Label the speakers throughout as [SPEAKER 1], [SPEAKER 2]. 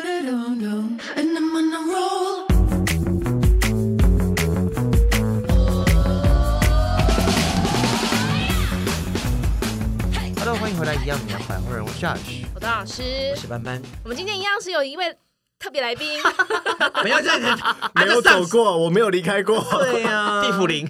[SPEAKER 1] And I'm on a roll.
[SPEAKER 2] Hello，欢迎回来，一样米阳百货人，我是 Josh，
[SPEAKER 3] 我当老师
[SPEAKER 2] 我，是班班。
[SPEAKER 3] 我们今天一样是有一位特别来 宾，
[SPEAKER 2] 不要这样子，
[SPEAKER 4] 啊
[SPEAKER 5] 没有
[SPEAKER 2] 啊上
[SPEAKER 5] 走过，我没有离开过。
[SPEAKER 2] 对 呀，地府灵。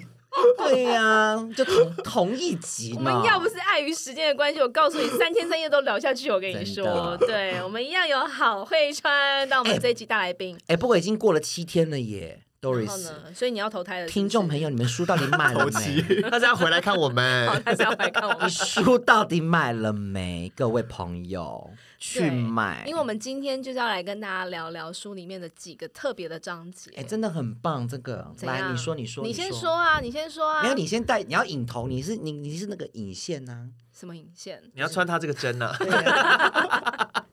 [SPEAKER 2] 对呀，就同同一集
[SPEAKER 3] 我
[SPEAKER 2] 嘛。
[SPEAKER 3] 们要不是碍于时间的关系，我告诉你，三天三夜都聊下去。我跟你
[SPEAKER 2] 真的
[SPEAKER 3] 说，对我们一样有好会穿，当我们这一集大来宾。
[SPEAKER 6] 哎、不过已经过了七天了耶
[SPEAKER 3] 然后
[SPEAKER 6] ，Doris。
[SPEAKER 3] 呢？所以你要投胎了是不是，
[SPEAKER 6] 听众朋友，你们书到底买了
[SPEAKER 5] 头 七
[SPEAKER 6] 没？。
[SPEAKER 2] 大家要回来看我们，
[SPEAKER 3] 大家来看我们
[SPEAKER 6] 书到底买了没？各位朋友，去
[SPEAKER 3] 对
[SPEAKER 6] 买，
[SPEAKER 3] 因为我们今天就是要来跟大家聊聊书里面的几个特别的章节。
[SPEAKER 6] 哎、真的很棒，这个
[SPEAKER 3] 怎
[SPEAKER 6] 来，
[SPEAKER 3] 样
[SPEAKER 6] 你说，你说，
[SPEAKER 3] 你先
[SPEAKER 6] 说
[SPEAKER 3] 说，啊，你先说啊。
[SPEAKER 6] 没有，你先带，你要引头，你是你你是那个引线 呐、
[SPEAKER 3] 什么引线？
[SPEAKER 2] 你要穿他这个针 啊。
[SPEAKER 6] 对啊，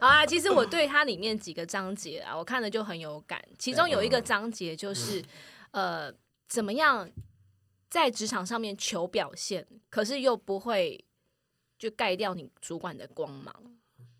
[SPEAKER 3] 好啊，其实我对它里面几个章节啊，我看了就很有感。其中有一
[SPEAKER 5] 嗯
[SPEAKER 3] 个章节就是，呃，怎么样在职场上面求表现，可是又不会就盖掉你主管的光芒。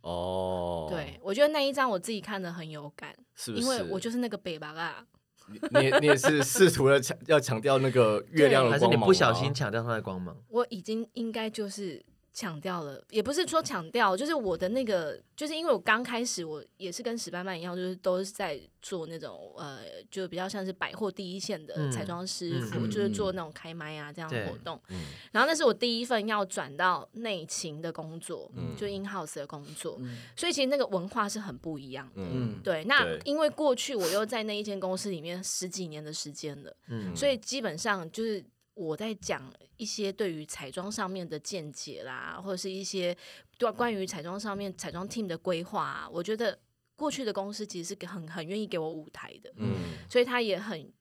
[SPEAKER 5] 哦，
[SPEAKER 3] 对，我觉得那一章我自己看的很有感，
[SPEAKER 5] 是不是？
[SPEAKER 3] 因为我就是那个北巴啊。
[SPEAKER 5] 你你也是试图的强要强调那个月亮的
[SPEAKER 2] 还
[SPEAKER 5] 光
[SPEAKER 2] 是
[SPEAKER 5] 芒
[SPEAKER 2] 你
[SPEAKER 5] 吗，
[SPEAKER 2] 不小心抢掉他的光芒？
[SPEAKER 3] 我已经应该就是抢掉了，也不是说抢掉，就是我的那个，就是因为我刚开始我也是跟史班班一样，就是都是在做那种呃，就比较像是百货第一线的
[SPEAKER 2] 嗯
[SPEAKER 3] 彩妆师傅，
[SPEAKER 2] 嗯嗯
[SPEAKER 3] 就是做那种开麦啊这样的活动。
[SPEAKER 5] 嗯
[SPEAKER 3] 然后那是我第一份要转到内勤的工作，
[SPEAKER 5] 嗯
[SPEAKER 3] 就 in house 的工作，
[SPEAKER 6] 嗯
[SPEAKER 3] 所以其实那个文化是很不一样的。
[SPEAKER 5] 嗯，
[SPEAKER 6] 嗯，
[SPEAKER 3] 对，那
[SPEAKER 5] 对
[SPEAKER 3] 因为过去我又在那一间公司里面十几年的时间了，
[SPEAKER 2] 嗯
[SPEAKER 3] 所以基本上就是我在讲一些对于彩妆上面的见解啦，或者是一些对啊关于彩妆上面彩妆 team 的规划、啊，我觉得过去的公司其实是很很愿意给我舞台的，
[SPEAKER 5] 嗯
[SPEAKER 3] 所以他也很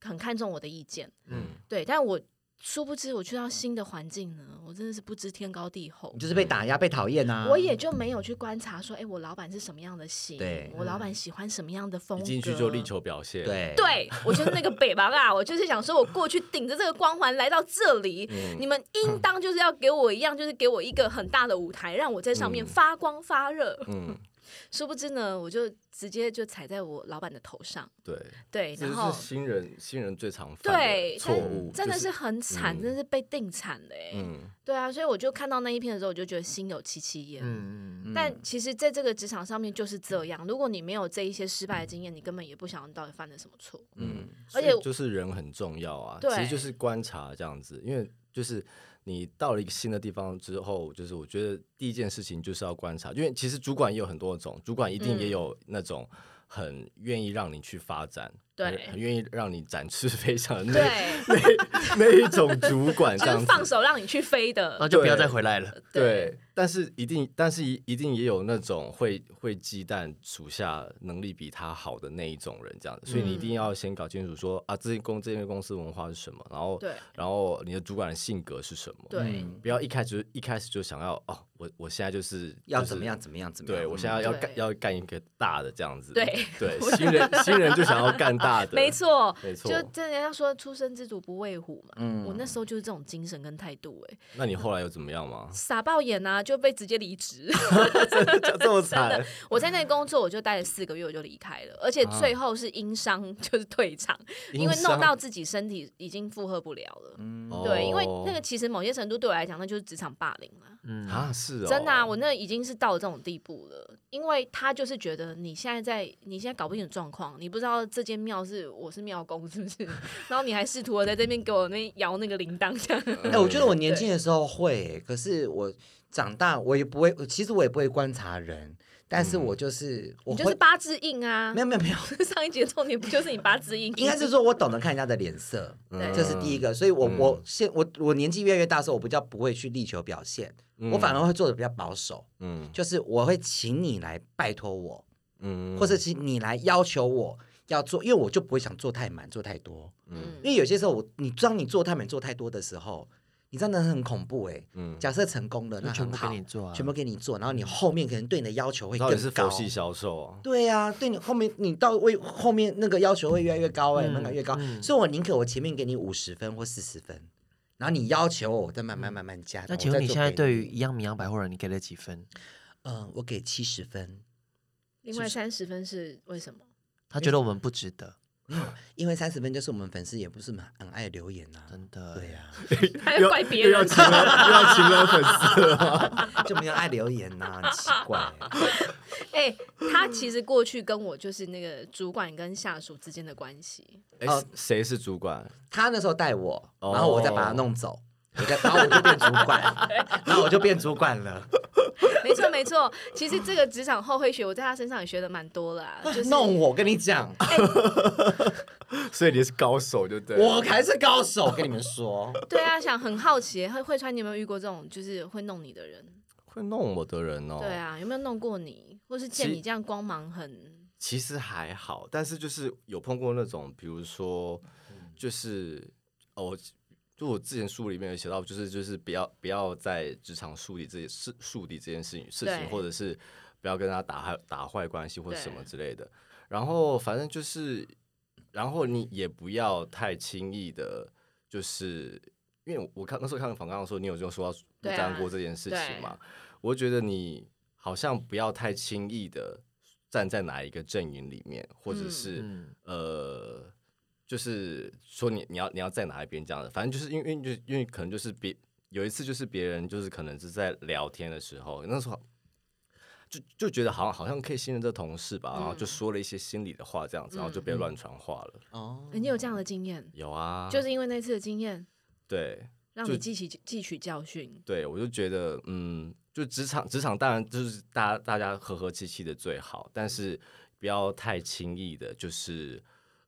[SPEAKER 3] 很看重我的意见。
[SPEAKER 2] 嗯，
[SPEAKER 3] 对，但我殊不知我去到新的环境呢，我真的是不知天高地厚
[SPEAKER 6] 你。嗯就是被打压、被讨厌啊呐。
[SPEAKER 5] 嗯
[SPEAKER 3] 我也就没有去观察说，哎、我老板是什么样的型，
[SPEAKER 6] 对
[SPEAKER 3] 我老板喜欢什么样的风
[SPEAKER 5] 嗯一
[SPEAKER 3] 格，
[SPEAKER 5] 进去就力求表现，，
[SPEAKER 6] 对，
[SPEAKER 3] 嗯对我就是那个北王啊，我就是想说，我过去顶着这个光环来到这里，
[SPEAKER 5] 嗯
[SPEAKER 3] 你们应当就是要给我一样，就是给我一个很大的舞台，让我在上面
[SPEAKER 5] 嗯
[SPEAKER 3] 发光发热。
[SPEAKER 5] 嗯，
[SPEAKER 3] 殊不知呢，我就直接就踩在我老板的头上，
[SPEAKER 5] 对，
[SPEAKER 3] 对，
[SPEAKER 5] 这
[SPEAKER 3] 然后
[SPEAKER 5] 是新人新人最常犯
[SPEAKER 3] 对
[SPEAKER 5] 的，错误，
[SPEAKER 3] 真的
[SPEAKER 5] 就是
[SPEAKER 3] 很惨，
[SPEAKER 5] 嗯
[SPEAKER 3] 真的是被定惨了、欸。
[SPEAKER 5] 嗯
[SPEAKER 3] 对啊，所以我就看到那一篇的时候，我就觉得心有戚戚焉。
[SPEAKER 2] 嗯嗯，
[SPEAKER 3] 但其实，在这个职场上面就是这样。如果你没有这一些失败的经验，你根本也不晓得你到底犯了什么错。
[SPEAKER 5] 嗯，
[SPEAKER 3] 而且
[SPEAKER 5] 所以就是人很重要啊，
[SPEAKER 3] 对
[SPEAKER 5] 其实就是观察这样子，因为就是你到了一个新的地方之后，就是我觉得第一件事情就是要观察，因为其实主管也有很多种，主管一定
[SPEAKER 3] 嗯
[SPEAKER 5] 也有那种很愿意让你去发展，
[SPEAKER 3] 对
[SPEAKER 5] 很很愿意让你展翅飞翔的 那
[SPEAKER 3] 对，
[SPEAKER 5] 那那一种主管这
[SPEAKER 3] 就
[SPEAKER 5] 样
[SPEAKER 3] 是
[SPEAKER 5] 子，
[SPEAKER 3] 放手让你去飞的。
[SPEAKER 2] 那就不要再回来了。
[SPEAKER 5] 对，但是一定，但是一一定也有那种会会忌惮属下能力比他好的那一种人，这样子，所以你一
[SPEAKER 3] 嗯
[SPEAKER 5] 定要先搞清楚说、啊，这间公这间公司文化是什么，然后
[SPEAKER 3] 对
[SPEAKER 5] 然后你的主管的性格是什么，
[SPEAKER 3] 对
[SPEAKER 6] 嗯
[SPEAKER 5] 不要一开始就一开始就想要哦，我我现在就是
[SPEAKER 6] 要
[SPEAKER 5] 就是
[SPEAKER 6] 怎么样？怎么样？怎么样？
[SPEAKER 5] 对我现在要干
[SPEAKER 3] 嗯对
[SPEAKER 5] 要干一个大的这样子，
[SPEAKER 3] 对
[SPEAKER 5] 对，新人新人就想要干大的，
[SPEAKER 3] 没，错，
[SPEAKER 5] 没错
[SPEAKER 3] 就真的要说“出生之犊不畏虎”嘛。
[SPEAKER 6] 嗯
[SPEAKER 3] 我那时候就是这种精神跟态度、哎，？
[SPEAKER 5] 那你后来又怎么样吗
[SPEAKER 3] 傻爆眼啊，就被直接离职。
[SPEAKER 5] 这么惨，
[SPEAKER 3] 我在那个工作，我就待了四个月，我就离开了，而且最后是因伤， 就是退场，因为
[SPEAKER 5] 因
[SPEAKER 3] 弄
[SPEAKER 5] 伤
[SPEAKER 3] 到自己身体已经负荷不了了。对，因为那个其实某些程度对我来讲，那就是职场霸凌了。
[SPEAKER 2] 嗯
[SPEAKER 5] 哦啊是哦，
[SPEAKER 3] 真的啊，我那已经是到了这种地步了，因为他就是觉得你现在在，你现在搞不清楚状况，你不知道这间庙是我是庙公是不 是？然后你还试图的在这边给我那边摇那个铃铛这样，
[SPEAKER 5] 嗯
[SPEAKER 6] 哎、我觉得我年轻的时候会，可是我长大我也不会，其实我也不会观察人，但
[SPEAKER 5] 嗯
[SPEAKER 6] 是我就是、我
[SPEAKER 3] 你
[SPEAKER 6] 会
[SPEAKER 3] 就是八字硬啊
[SPEAKER 6] 没。有没有没有，
[SPEAKER 3] 上一节重点不就是你八字硬？
[SPEAKER 6] 应该是说我懂得看人家的脸色，
[SPEAKER 5] 嗯
[SPEAKER 3] 对
[SPEAKER 6] 这是第一个。所以我，我、现我我年纪越来越大的时候，我比较不会去力求表现，我反而会做的比较保守，
[SPEAKER 5] 嗯
[SPEAKER 6] 就是我会请你来拜托我，
[SPEAKER 5] 嗯
[SPEAKER 6] 或是请你来要求我。要做，因为我就不会想做太满、做太多。因
[SPEAKER 3] 嗯，
[SPEAKER 6] 为有些时候我，你当你做太满、做太多的时候，你真的很恐怖哎、
[SPEAKER 5] 嗯
[SPEAKER 6] 假设成功了，
[SPEAKER 2] 就
[SPEAKER 6] 那
[SPEAKER 2] 全
[SPEAKER 6] 很
[SPEAKER 2] 部
[SPEAKER 6] 好，
[SPEAKER 2] 给你做啊
[SPEAKER 6] 全部给你做，然后你后面可能对你的要求会
[SPEAKER 5] 到底
[SPEAKER 6] 更
[SPEAKER 5] 是
[SPEAKER 6] 高
[SPEAKER 5] 佛。系销售啊？
[SPEAKER 6] 对啊，对你后面你到位后面那个要求会越来越高哎、
[SPEAKER 2] 嗯
[SPEAKER 6] 门槛越高，
[SPEAKER 2] 嗯
[SPEAKER 6] 所以我宁可我前面给你五十分或四十分，然后你要求我，我再慢慢慢慢
[SPEAKER 2] 嗯
[SPEAKER 6] 加。
[SPEAKER 2] 那
[SPEAKER 6] 我
[SPEAKER 2] 请
[SPEAKER 6] 再
[SPEAKER 2] 问你
[SPEAKER 6] 做
[SPEAKER 2] 现在
[SPEAKER 6] 给
[SPEAKER 2] 对于一样米阳百货人，你给了几分？
[SPEAKER 6] 嗯，我给七十分，
[SPEAKER 3] 另外三十分是为什么？
[SPEAKER 2] 他觉得我们不值得，
[SPEAKER 6] 因为三十分就是我们粉丝也不是蛮很爱留言呐、啊
[SPEAKER 2] 真的。
[SPEAKER 6] 对呀、
[SPEAKER 3] 还要怪别
[SPEAKER 5] 又要
[SPEAKER 3] 人？
[SPEAKER 5] 请人，又要请人粉丝了。
[SPEAKER 6] 就没有爱留言呐、很奇怪。
[SPEAKER 3] 哎、他其实过去跟我就是那个主管跟下属之间的关系，
[SPEAKER 5] 哎，谁是主管？
[SPEAKER 6] 他那时候带我，
[SPEAKER 5] 哦
[SPEAKER 6] 然后我再把他弄走，我再然后我就变主管，然后我就变主管了，
[SPEAKER 3] 没错没错。其实这个职场后会学，我在他身上也学的蛮多 啦，就是
[SPEAKER 6] 弄我跟你讲，
[SPEAKER 5] 所以你是高手，就对了。
[SPEAKER 6] 我还是高手，我跟你们说，
[SPEAKER 3] 对啊，想很好奇，会会川，你有没有遇过这种就是会弄你的人？
[SPEAKER 5] 会弄我的人哦。
[SPEAKER 3] 对，啊，有没有弄过你，或是见
[SPEAKER 5] 其
[SPEAKER 3] 你这样光芒很？
[SPEAKER 5] 其实还好，但是就是有碰过那种，比如说，就是哦，我就我之前书里面有写到，就是就是不要不要在职场树敌这些事树敌这件事情事
[SPEAKER 3] 对
[SPEAKER 5] 情，或者是不要跟他打坏打坏关系或者
[SPEAKER 3] 对
[SPEAKER 5] 什么之类的。然后反正就是，然后你也不要太轻易的，就是因为我我看那时候看访纲的时候，你有就说到不
[SPEAKER 3] 对啊
[SPEAKER 5] 粘锅这件事
[SPEAKER 3] 对
[SPEAKER 5] 情嘛，我觉得你好像不要太轻易的站在哪一个阵营里面，或者是、
[SPEAKER 2] 嗯
[SPEAKER 5] 呃，就是说你你要你要在哪一边这样的，反正就是因为因为就因为可能就是别有一次就是别人就是可能是在聊天的时候，那时候就就觉得好像好像可以信任这同事吧，然后就
[SPEAKER 3] 嗯
[SPEAKER 5] 说了一些心里的话这样子，然后就别乱传话了。
[SPEAKER 6] 哦，
[SPEAKER 3] 你有这样的经验，
[SPEAKER 5] 有啊，
[SPEAKER 3] 就是因为那次的经验，
[SPEAKER 5] 对，
[SPEAKER 3] 让
[SPEAKER 5] 就
[SPEAKER 3] 你汲取汲取教训。
[SPEAKER 5] 对，我就觉得，嗯，就职场职场当然就是大家大家和和气气的最好，但是不要太轻易的，就是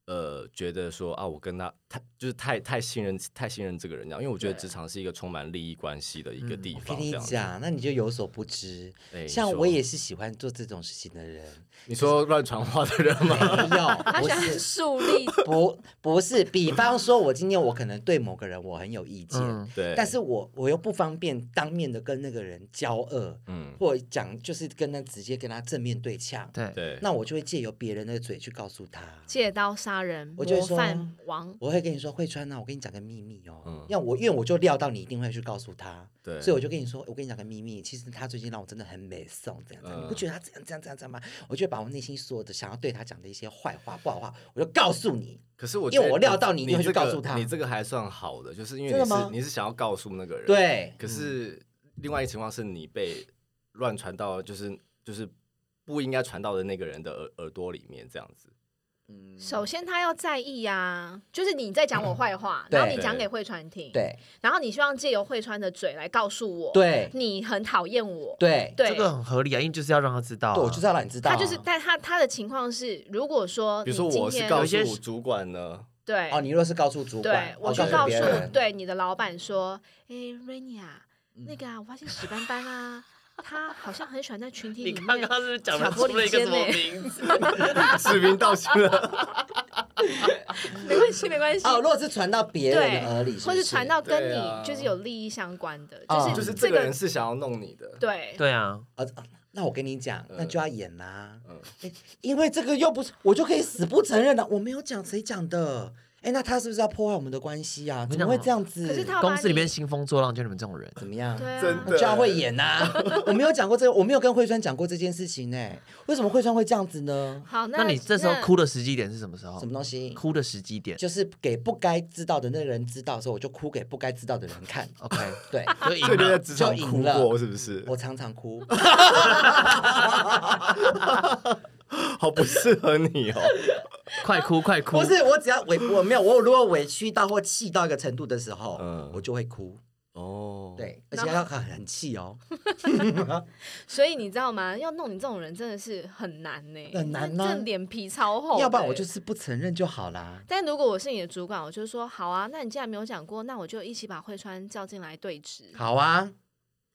[SPEAKER 5] 呃，觉得说啊，我跟他太就是太太信任太信任这个人这样，因为我觉得
[SPEAKER 3] 对
[SPEAKER 5] 职场是一个充满利益关系的一个地
[SPEAKER 6] 嗯我
[SPEAKER 5] 方。
[SPEAKER 6] 跟
[SPEAKER 5] 这
[SPEAKER 6] 你
[SPEAKER 5] 样子，
[SPEAKER 6] 讲，那你就有所不知
[SPEAKER 5] 哎。
[SPEAKER 6] 像
[SPEAKER 5] 你说
[SPEAKER 6] 我也是喜欢做这种事情的人，
[SPEAKER 5] 你说乱传话的人
[SPEAKER 6] 没
[SPEAKER 5] 吗？
[SPEAKER 6] 有，
[SPEAKER 3] 他
[SPEAKER 6] 不
[SPEAKER 3] 喜 欢
[SPEAKER 6] 啊是
[SPEAKER 3] 树立，
[SPEAKER 6] 不不是，比方说，我今天我可能对某个人我很有意见，
[SPEAKER 2] 嗯
[SPEAKER 5] 对，
[SPEAKER 6] 但是我我又不方便当面的跟那个人交恶，
[SPEAKER 5] 嗯，
[SPEAKER 6] 或讲就是跟他直接跟他正面对呛，
[SPEAKER 2] 对，
[SPEAKER 5] 对，
[SPEAKER 6] 那我就会借由别人的嘴去告诉他。
[SPEAKER 3] 借刀杀人，
[SPEAKER 6] 我就会
[SPEAKER 3] 模
[SPEAKER 6] 说
[SPEAKER 3] 范王。
[SPEAKER 6] 我会跟你说，慧川啊，我跟你讲个秘密哦，
[SPEAKER 5] 嗯
[SPEAKER 6] 要我因为我就料到你一定会去告诉他，
[SPEAKER 5] 对
[SPEAKER 6] 所以我就跟你说，我跟你讲个秘密，其实他最近让我真的很美送，这样子，
[SPEAKER 5] 嗯
[SPEAKER 6] 你不觉得他这样这样这样这样吗？我就会把我内心所有的想要对他讲的一些坏话、不好话，我就告诉你，
[SPEAKER 5] 可是我
[SPEAKER 6] 因为
[SPEAKER 5] 觉得
[SPEAKER 6] 我料到你一定会去
[SPEAKER 5] 这个
[SPEAKER 6] 告诉他
[SPEAKER 5] 你这个还算好的，就是因为
[SPEAKER 6] 真的
[SPEAKER 5] 你
[SPEAKER 6] 吗
[SPEAKER 5] 是你是想要告诉那个人，
[SPEAKER 6] 对，
[SPEAKER 5] 可
[SPEAKER 6] 嗯
[SPEAKER 5] 是另外一个情况是你被乱传到，就是就是不应该传到的那个人的耳耳朵里面，这样子。
[SPEAKER 3] 首先，他要在意呀、就是你在讲我坏话，
[SPEAKER 6] 嗯对
[SPEAKER 3] 然后你讲给慧川听，，
[SPEAKER 6] 对
[SPEAKER 3] 然后你希望借由慧川的嘴来告诉我，，
[SPEAKER 6] 对
[SPEAKER 3] 你很讨厌我，
[SPEAKER 6] 对
[SPEAKER 3] 对，
[SPEAKER 2] 这个很合理啊，因为就是要让他知道啊。
[SPEAKER 6] 对，我就是要让你知道啊，
[SPEAKER 3] 他就是，但他他的情况是，如果说
[SPEAKER 5] 比
[SPEAKER 3] 你
[SPEAKER 5] 如说
[SPEAKER 3] 今
[SPEAKER 5] 我是
[SPEAKER 3] 天
[SPEAKER 5] 告
[SPEAKER 2] 有
[SPEAKER 5] 诉
[SPEAKER 2] 些
[SPEAKER 5] 主管呢，
[SPEAKER 3] 对
[SPEAKER 6] 哦，你若是告诉主管
[SPEAKER 3] 对，，我
[SPEAKER 6] 哦
[SPEAKER 3] 去告
[SPEAKER 6] 别
[SPEAKER 3] 诉
[SPEAKER 6] 人，
[SPEAKER 3] 对你的老板说，哎，Rainy 啊，
[SPEAKER 6] 嗯
[SPEAKER 3] 那个啊，我发现史斑斑啊，他好像很喜欢在群 体
[SPEAKER 4] 你
[SPEAKER 3] 里
[SPEAKER 4] 刚
[SPEAKER 3] 面
[SPEAKER 4] 刚是不是讲
[SPEAKER 3] 挑
[SPEAKER 4] 得
[SPEAKER 3] 拨
[SPEAKER 4] 出了
[SPEAKER 3] 离
[SPEAKER 4] 一个
[SPEAKER 3] 间
[SPEAKER 4] 什么
[SPEAKER 6] 欸
[SPEAKER 3] 呢
[SPEAKER 4] 名 字？
[SPEAKER 5] 指名道姓了。
[SPEAKER 3] 没关系，没关系。
[SPEAKER 6] 哦，如果是传到别人
[SPEAKER 3] 对
[SPEAKER 6] 的耳里，是不，
[SPEAKER 3] 或
[SPEAKER 6] 是
[SPEAKER 3] 是传到跟
[SPEAKER 5] 对啊
[SPEAKER 3] 你就是有利益相关的，
[SPEAKER 6] 哦
[SPEAKER 3] 就是
[SPEAKER 5] 就是这个人是想要弄你的，
[SPEAKER 3] 对
[SPEAKER 2] 对啊，
[SPEAKER 6] 呃，啊那我跟你讲，那就要演啦、
[SPEAKER 5] 嗯
[SPEAKER 6] 诶因为这个又不是我就可以死不承认了，我没有讲谁讲的。哎，那他是不是要破坏我们的关系啊？
[SPEAKER 2] 跟
[SPEAKER 6] 怎
[SPEAKER 2] 你
[SPEAKER 6] 么
[SPEAKER 2] 讲
[SPEAKER 6] 会这样子？
[SPEAKER 3] 可是他要把
[SPEAKER 2] 公司里面
[SPEAKER 3] 你
[SPEAKER 2] 兴风作浪就你们这种人，
[SPEAKER 6] 怎么样？
[SPEAKER 3] 对啊，
[SPEAKER 5] 真
[SPEAKER 6] 那
[SPEAKER 5] 的
[SPEAKER 6] 就要会演呐、 我没有讲过这个，我没有跟慧川讲过这件事情呢、为什么慧川会这样子呢？
[SPEAKER 3] 好，
[SPEAKER 2] 那你这时候哭的时机点是什么时候
[SPEAKER 6] 什？么东西？
[SPEAKER 2] 哭的时机点
[SPEAKER 6] 就是给不该知道的那个人知道的时候，我就哭给不该知道的人看。
[SPEAKER 2] ，OK，
[SPEAKER 6] 对，
[SPEAKER 2] 就赢
[SPEAKER 5] 所以你在
[SPEAKER 2] 了。
[SPEAKER 5] 职场
[SPEAKER 6] 就
[SPEAKER 5] 哭
[SPEAKER 6] 赢了
[SPEAKER 5] 过是不是？
[SPEAKER 6] 我常常哭。
[SPEAKER 5] 好哦不适合你 哦。
[SPEAKER 2] 快哭快哭！
[SPEAKER 6] 不是，我只要委我没有我如果委屈到或气到一个程度的时候，
[SPEAKER 5] 嗯
[SPEAKER 6] 我就会哭。
[SPEAKER 5] 哦，，
[SPEAKER 6] 对，而
[SPEAKER 3] 然后
[SPEAKER 6] 且要很很气哦，
[SPEAKER 3] 所以你知道吗？要弄你这种人真的是很难呢、
[SPEAKER 6] 很难
[SPEAKER 3] 这
[SPEAKER 6] 啊
[SPEAKER 3] 这脸皮超厚的欸、
[SPEAKER 6] 要不然我就是不承认就好啦。
[SPEAKER 3] 但如果我是你的主管，我就说好啊，那你既然没有讲过，那我就一起把慧川叫进来对质。
[SPEAKER 6] 好啊，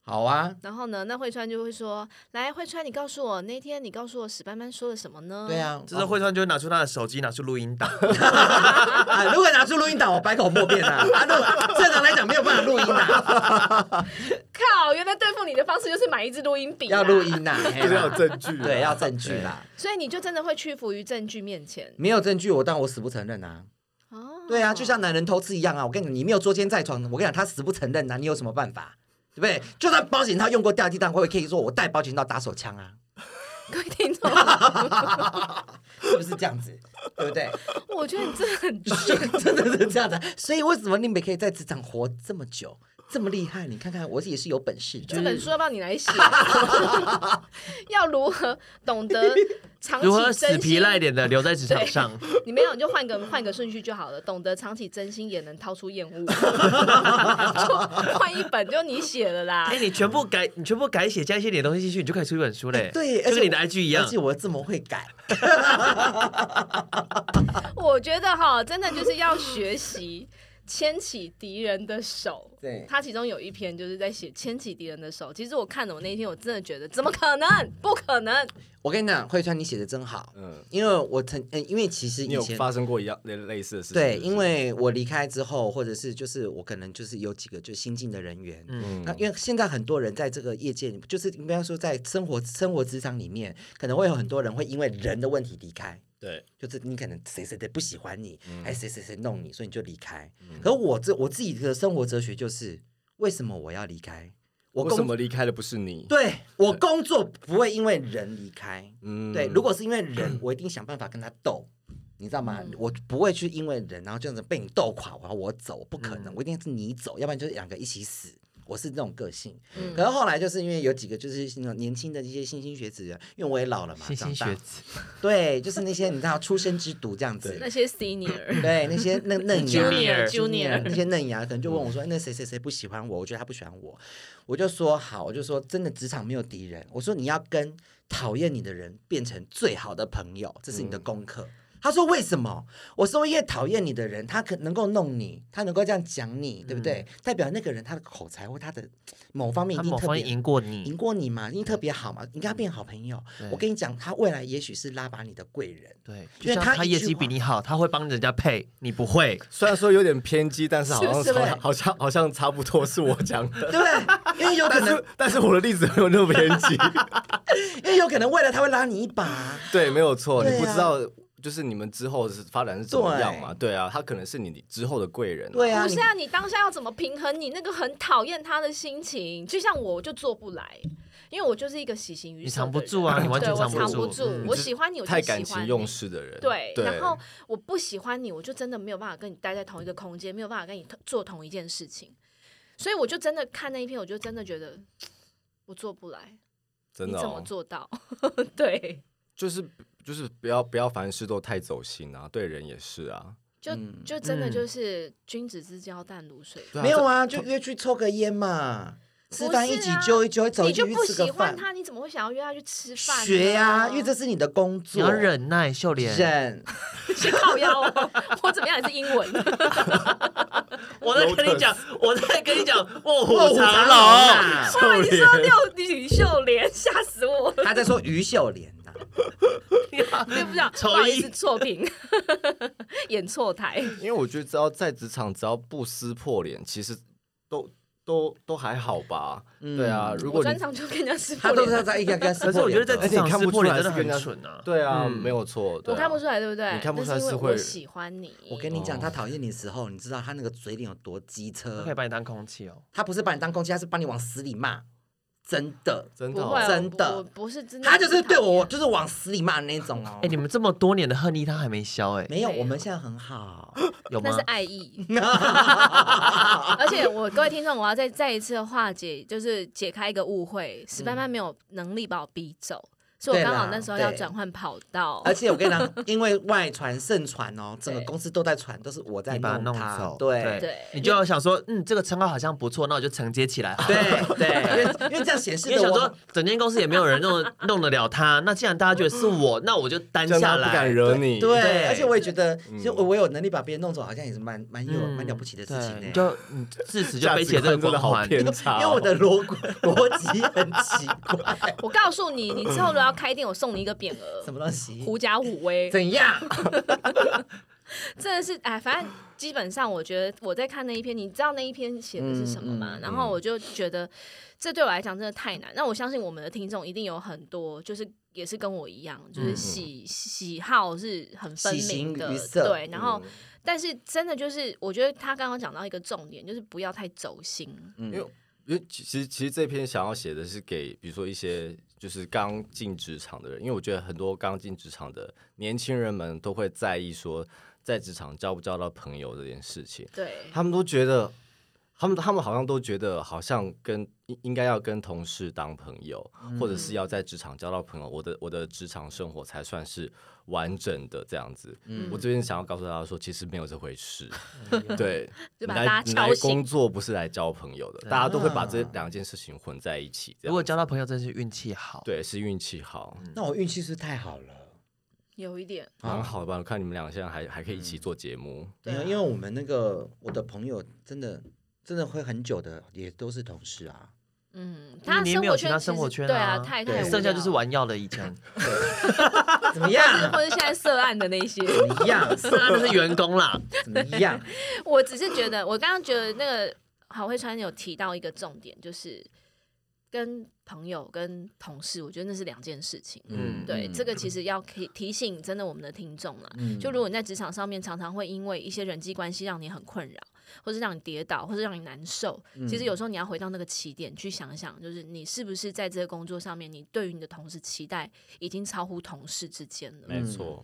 [SPEAKER 6] 好啊，
[SPEAKER 3] 然后呢，那慧川就会说：“来，慧川，你告诉我那天你告诉我史斑斑说了什么呢？”
[SPEAKER 6] 对，啊，
[SPEAKER 5] 嗯
[SPEAKER 4] 这时候慧川就会拿出他的手机，拿出录 音档，
[SPEAKER 6] 啊，如果拿出录音档，我百口莫辩啊。 啊，录正常来讲没有办法录音啊，
[SPEAKER 3] 靠，原来对付你的方式就是买一支录音笔、啊
[SPEAKER 6] 要录。音呐，
[SPEAKER 5] 就是要有
[SPEAKER 6] 嘿啦
[SPEAKER 5] 证据啊。
[SPEAKER 6] 对，要证据啦。
[SPEAKER 3] 所以你就真的会屈服于证据面前
[SPEAKER 6] 没有证据，我但我死不承认啊。
[SPEAKER 3] 哦。
[SPEAKER 6] 嗯对啊，就像男人偷吃一样啊！我跟你讲，你没有捉奸在床，我跟你讲，他死不承认呐、啊你有什么办法？对不
[SPEAKER 5] 嗯
[SPEAKER 6] 对？就算保险套用过掉地蛋，我也可以说我带保险套打手枪啊，
[SPEAKER 3] 各位听众，
[SPEAKER 6] 是不是这样子？对不对？
[SPEAKER 3] 我觉得你真的很
[SPEAKER 6] 就真的是这样的。所以为什么你们可以在职场活这么久，这么厉害？你看看，我也是有本事的。
[SPEAKER 3] 这本书要不要你来 写？要如何懂得长期
[SPEAKER 4] 如何
[SPEAKER 3] 真
[SPEAKER 4] 死
[SPEAKER 3] 心
[SPEAKER 4] 皮赖脸的留在职场 上？
[SPEAKER 3] 你没有，你就换个换个顺序就好了。懂得长期真心，也能掏出厌恶。 就换一本，就你写了啦
[SPEAKER 4] 哎，。你全部改，你全部改写加一些你的东西进去，你就可以出一本书
[SPEAKER 5] 嗯
[SPEAKER 4] 嘞。
[SPEAKER 6] 哎对，而
[SPEAKER 4] 就
[SPEAKER 6] 且
[SPEAKER 4] 跟你的
[SPEAKER 6] 我
[SPEAKER 4] IG 一样
[SPEAKER 6] 而。且我这么会改，
[SPEAKER 3] 我觉得哈，真的就是要学习牵起敌人的手。
[SPEAKER 6] 对
[SPEAKER 3] 他其中有一篇就是在写牵起敌人的手。其实我看了，我那一天我真的觉得，怎么可能？不可能！
[SPEAKER 6] 我跟你讲，慧川，你写的真好。
[SPEAKER 5] 嗯，
[SPEAKER 6] 因为我曾，嗯，因为其实
[SPEAKER 5] 你
[SPEAKER 6] 以
[SPEAKER 5] 有
[SPEAKER 6] 前
[SPEAKER 5] 发生过一样类类似的事情？
[SPEAKER 6] 对，
[SPEAKER 5] 是不是
[SPEAKER 6] 因为我离开之后，或者是就是我可能就是有几个就新进的人员，嗯，那因为现在很多人在这个业界，就是应该说在生活生活职场里面，可能会有很多人会因为人的问题离开。
[SPEAKER 5] 对
[SPEAKER 6] 就是你可能谁谁谁不喜欢你，
[SPEAKER 5] 嗯
[SPEAKER 6] 哎、谁谁谁弄你，所以你就离开。可我这我自己的生活哲学就是，为什么我要离开？我
[SPEAKER 5] 为什
[SPEAKER 6] 工
[SPEAKER 5] 么离开的不是你？
[SPEAKER 6] 对我工作不会因为人离开，
[SPEAKER 5] 嗯
[SPEAKER 6] 对，如果是因为人，我一定想办法跟他斗，你知道吗？我不会去因为人，然后这样子被你斗垮，然后我走，不可能，我一定是你走，要不然就是两个一起死。我是这种个性，可是后来就是因为有几个就是那种年轻的一些新兴学子，因为我也老了嘛，
[SPEAKER 4] 星
[SPEAKER 6] 长
[SPEAKER 4] 星
[SPEAKER 6] 大
[SPEAKER 4] 学子，
[SPEAKER 6] 对，就是那些你知道出生之犊这样子，
[SPEAKER 3] 那些 senior
[SPEAKER 6] 对那些 嫩嫩芽
[SPEAKER 4] Junior，
[SPEAKER 3] junior
[SPEAKER 6] 那些嫩芽可能就问我说：“哎那谁谁谁不喜欢我？我觉得他不喜欢我。”我就说：“好，我就说真的，职场没有敌人。我说你要跟讨厌你的人变成最好的朋友，这是
[SPEAKER 4] 嗯
[SPEAKER 6] 你的功课。他说：“为什么？”我说：“因为讨厌你的人，他可能够弄你，他能够这样讲你，对不对？代表那个人他的口才或他的某方面
[SPEAKER 4] 嗯
[SPEAKER 6] 一
[SPEAKER 4] 他
[SPEAKER 6] 定
[SPEAKER 4] 某
[SPEAKER 6] 特
[SPEAKER 4] 方
[SPEAKER 6] 别
[SPEAKER 4] 面赢过
[SPEAKER 6] 赢
[SPEAKER 4] 你，
[SPEAKER 6] 过你嘛，一定特别好嘛，你跟他变好朋友。我跟你讲，他未来也许是拉拔你的贵人。”
[SPEAKER 4] 对，
[SPEAKER 6] 因
[SPEAKER 4] 就
[SPEAKER 6] 为
[SPEAKER 4] 像
[SPEAKER 6] 他
[SPEAKER 4] 他
[SPEAKER 6] 一
[SPEAKER 4] 业
[SPEAKER 6] 句
[SPEAKER 4] 绩
[SPEAKER 6] 话
[SPEAKER 4] 比你好，他会帮人家配，你不会。
[SPEAKER 5] 虽然说有点偏激，但是好像
[SPEAKER 6] 是不是
[SPEAKER 5] 好像好像差不多是我讲的，
[SPEAKER 6] 对不 对？因为有可
[SPEAKER 5] 但
[SPEAKER 6] 能
[SPEAKER 5] 是，但是我的例子没有那么偏激。
[SPEAKER 6] 因为有可能未来他会拉你一把。
[SPEAKER 5] 对，没有错，
[SPEAKER 6] 对啊
[SPEAKER 5] 你不知道就是你们之后是发展是怎么样嘛？对啊，他可能是你之后的贵人、
[SPEAKER 6] 对啊，
[SPEAKER 3] 不
[SPEAKER 6] 你
[SPEAKER 3] 是啊，你当下要怎么平衡你那个很讨厌他的心情？就像我，我就做不来，因为我就是一个喜形于
[SPEAKER 4] 你
[SPEAKER 3] 色的
[SPEAKER 4] 藏
[SPEAKER 3] 人，
[SPEAKER 4] 不住啊你完全
[SPEAKER 3] 对我
[SPEAKER 4] 藏不
[SPEAKER 3] 藏
[SPEAKER 4] 住
[SPEAKER 3] 住。
[SPEAKER 4] 嗯
[SPEAKER 3] 我喜欢你，我就
[SPEAKER 5] 太
[SPEAKER 3] 喜欢
[SPEAKER 5] 感
[SPEAKER 3] 你
[SPEAKER 5] 情用事的人。
[SPEAKER 3] 对，
[SPEAKER 5] 对，
[SPEAKER 3] 然后我不喜欢你，我就真的没有办法跟你待在同一个空间，没有办法跟你 t- 做同一件事情，所以我就真的看那一篇，我就真的觉得我做不来，
[SPEAKER 5] 真
[SPEAKER 3] 你
[SPEAKER 5] 的、
[SPEAKER 3] 怎么
[SPEAKER 5] 哦、
[SPEAKER 3] 做到？ 对，
[SPEAKER 5] 就是就是不要不要凡事都太走心啊，对人也是啊。
[SPEAKER 3] 就、就真的就是君子之交淡如水。
[SPEAKER 5] 对啊
[SPEAKER 6] 没有啊，就约去抽个烟嘛，吃饭一起
[SPEAKER 3] 不是啊
[SPEAKER 6] 揪一揪，走
[SPEAKER 3] 你
[SPEAKER 6] 一起
[SPEAKER 3] 就
[SPEAKER 6] 去
[SPEAKER 3] 不
[SPEAKER 6] 吃个
[SPEAKER 3] 喜欢
[SPEAKER 6] 饭。
[SPEAKER 3] 他，你怎么会想要约他去吃饭啊呢？
[SPEAKER 6] 学 呀、因为这是你的工
[SPEAKER 4] 你要
[SPEAKER 6] 作，
[SPEAKER 4] 忍耐，秀莲。
[SPEAKER 6] 忍。
[SPEAKER 3] 是靠腰哦，我怎么样也是英文。
[SPEAKER 4] 我在跟你讲，我在跟你讲，卧
[SPEAKER 6] 卧
[SPEAKER 4] 虎
[SPEAKER 6] 虎
[SPEAKER 4] 藏
[SPEAKER 6] 藏龙
[SPEAKER 4] 龙。
[SPEAKER 6] 啊！
[SPEAKER 3] 哇，你说六女秀莲，吓死我！
[SPEAKER 6] 他在说于秀莲呐、
[SPEAKER 4] 啊
[SPEAKER 3] 对不讲，不
[SPEAKER 4] 丑
[SPEAKER 3] 好意
[SPEAKER 4] 一
[SPEAKER 3] 思，错评， 演错台。
[SPEAKER 5] 因为我觉得只要在职场，只要不撕破脸，其实都都都还好吧。对啊，如
[SPEAKER 3] 我
[SPEAKER 5] 果你
[SPEAKER 3] 专场就跟人家吃
[SPEAKER 6] 他
[SPEAKER 3] 破
[SPEAKER 6] 都
[SPEAKER 3] 脸。
[SPEAKER 6] 是在一个跟他撕
[SPEAKER 4] 可是
[SPEAKER 6] 破
[SPEAKER 4] 我觉
[SPEAKER 6] 脸
[SPEAKER 4] 得
[SPEAKER 6] 的。
[SPEAKER 4] 在
[SPEAKER 5] 而
[SPEAKER 4] 职
[SPEAKER 5] 且你
[SPEAKER 4] 场
[SPEAKER 5] 看
[SPEAKER 4] 撕
[SPEAKER 5] 不
[SPEAKER 4] 破
[SPEAKER 5] 出
[SPEAKER 4] 脸
[SPEAKER 5] 来
[SPEAKER 4] 真
[SPEAKER 5] 是
[SPEAKER 4] 的
[SPEAKER 5] 跟人家
[SPEAKER 4] 很蠢啊。
[SPEAKER 5] 对啊，
[SPEAKER 4] 嗯
[SPEAKER 5] 没有错，对
[SPEAKER 3] 我
[SPEAKER 5] 啊
[SPEAKER 3] 看不出来，对不对？
[SPEAKER 5] 你看不出来
[SPEAKER 3] 那是因
[SPEAKER 5] 是
[SPEAKER 3] 为我
[SPEAKER 5] 会
[SPEAKER 3] 喜欢你。
[SPEAKER 6] 我跟你讲，他讨厌你的时候，你知道他那个嘴脸有多机
[SPEAKER 4] 他
[SPEAKER 6] 车
[SPEAKER 4] 可以？把你当空气哦。
[SPEAKER 6] 他不是把你当空气，他是把你往死里骂，真的。
[SPEAKER 5] 真
[SPEAKER 3] 不
[SPEAKER 5] 的、
[SPEAKER 3] 会
[SPEAKER 5] 哦
[SPEAKER 3] 啊，
[SPEAKER 6] 真的
[SPEAKER 3] 我不我不是真的，
[SPEAKER 6] 他就是对我，就是往死里骂的那种哦。
[SPEAKER 4] 哎，你们这么多年的恨意，他还没消哎，
[SPEAKER 6] 没有，
[SPEAKER 3] 没有
[SPEAKER 6] 我们现在很好。
[SPEAKER 4] 有
[SPEAKER 6] 啊
[SPEAKER 3] 那
[SPEAKER 4] 吗
[SPEAKER 3] 是？爱 意。而且我各位听众，我要再再一次地化解，就是解开一个误会，史班班没有能力把我逼走，所以我
[SPEAKER 6] 对啦
[SPEAKER 3] 刚好那时候要
[SPEAKER 6] 对
[SPEAKER 3] 转换跑道
[SPEAKER 6] 而。且我跟你讲，因为外传盛传哦， 整个公司都在传，都是我在
[SPEAKER 4] 你把他弄
[SPEAKER 6] 他
[SPEAKER 4] 走，
[SPEAKER 6] 对
[SPEAKER 3] 对
[SPEAKER 4] 你就要想说，嗯，这个称号好像不错，那我就承接起来。
[SPEAKER 6] 对对，因为因为这样显示
[SPEAKER 4] 因为
[SPEAKER 6] 的
[SPEAKER 4] 想说
[SPEAKER 6] 我，，
[SPEAKER 4] 整间公司也没有人弄弄得了他，那既然大家觉得是我，那我就担
[SPEAKER 5] 真
[SPEAKER 4] 下
[SPEAKER 5] 的
[SPEAKER 4] 来。
[SPEAKER 5] 不敢惹你。
[SPEAKER 6] 对，
[SPEAKER 4] 对
[SPEAKER 6] 而且我也觉得，
[SPEAKER 4] 嗯
[SPEAKER 6] 其实我我有能力把别人弄走，好像也是蛮蛮有蛮了不起的事情
[SPEAKER 4] 对你
[SPEAKER 6] 呢。
[SPEAKER 4] 就你 自此就背起了这个光环。
[SPEAKER 5] 价值观真的好偏
[SPEAKER 6] 因为我的逻逻辑很奇怪，
[SPEAKER 3] 我告诉你，你之后如果要开店，我送你一个匾额
[SPEAKER 6] 什，么东西？
[SPEAKER 3] 狐假虎威。
[SPEAKER 6] 怎样？
[SPEAKER 3] 真的是哎，反正基本上我觉得我在看那一篇，你知道那一篇写的是什么吗？
[SPEAKER 6] 嗯嗯
[SPEAKER 3] 然后我就觉得这对我来讲真的太难。那我相信我们的听众一定有很多，就是也是跟我一样，
[SPEAKER 4] 嗯
[SPEAKER 3] 就是喜、喜好是很分
[SPEAKER 6] 喜
[SPEAKER 3] 明
[SPEAKER 6] 形
[SPEAKER 3] 的
[SPEAKER 6] 于，色，
[SPEAKER 3] 对。然后，
[SPEAKER 6] 嗯
[SPEAKER 3] 但是真的就是，我觉得他刚刚讲到一个重点，就是不要太走心。
[SPEAKER 6] 嗯
[SPEAKER 5] 因为因为其其实其实这篇想要写的是给比如说一些就是刚进职场的人，因为我觉得很多刚进职场的年轻人们都会在意说在职场交不交到朋友这件事情，
[SPEAKER 3] 对，
[SPEAKER 5] 他们都觉得他们他们好像都觉得好像跟应应该要跟同事当朋友，或者是
[SPEAKER 3] 嗯
[SPEAKER 5] 要在职场交到朋友，我的我的职场生活才算是完整的这样子。
[SPEAKER 6] 嗯
[SPEAKER 5] 我这边想要告诉大家说，其实没有这回事。对，
[SPEAKER 3] 嗯 就
[SPEAKER 5] 你
[SPEAKER 3] 把大家
[SPEAKER 5] 来你
[SPEAKER 3] 敲
[SPEAKER 5] 来
[SPEAKER 3] 醒啊
[SPEAKER 5] 工作不是来交朋友的，大家都会把这两件事情混在一起。这
[SPEAKER 4] 如果嗯
[SPEAKER 5] 样
[SPEAKER 4] 交到朋友，真是运气好。，
[SPEAKER 5] 对是运气好，
[SPEAKER 6] 那我运气是不是太好了。
[SPEAKER 3] 有一点，
[SPEAKER 5] 蛮好的吧？我看你们俩现在还还可以一
[SPEAKER 3] 嗯
[SPEAKER 5] 起做节目，
[SPEAKER 6] 没
[SPEAKER 4] 啊
[SPEAKER 6] 有，因为我们那个我的朋友真的真的会很久的，也都是同事 啊。
[SPEAKER 3] 嗯，他
[SPEAKER 4] 你也
[SPEAKER 3] 生
[SPEAKER 4] 没有
[SPEAKER 3] 活
[SPEAKER 4] 其
[SPEAKER 3] 圈
[SPEAKER 4] 他
[SPEAKER 3] 其
[SPEAKER 4] 生活
[SPEAKER 3] 实
[SPEAKER 4] 圈
[SPEAKER 3] 对
[SPEAKER 4] 啊
[SPEAKER 3] 啊，太
[SPEAKER 6] 对
[SPEAKER 3] 太无
[SPEAKER 4] 剩下
[SPEAKER 3] 聊
[SPEAKER 4] 就是玩 药了。以前
[SPEAKER 6] 怎么样？啊
[SPEAKER 3] 或者现在涉案的那一些。
[SPEAKER 6] 怎 么样？
[SPEAKER 4] 当然都是员工啦，
[SPEAKER 6] 怎么样？
[SPEAKER 3] 我只是觉得，我刚刚觉得那个郝慧川有提到一个重点，就是跟朋友跟同事，我觉得那是两件事情。
[SPEAKER 4] 嗯，
[SPEAKER 3] 对，这个其实要提提醒真的我们的听众啦。
[SPEAKER 6] 嗯
[SPEAKER 3] 就如果你在职场上面常常会因为一些人际关系让你很困扰，或是让你跌倒，或是让你难受，其实有时候你要回到那个起点去想一想，就是你是不是在这个工作上面，你对于你的同事期待已经超乎同事之间了。
[SPEAKER 5] 没错。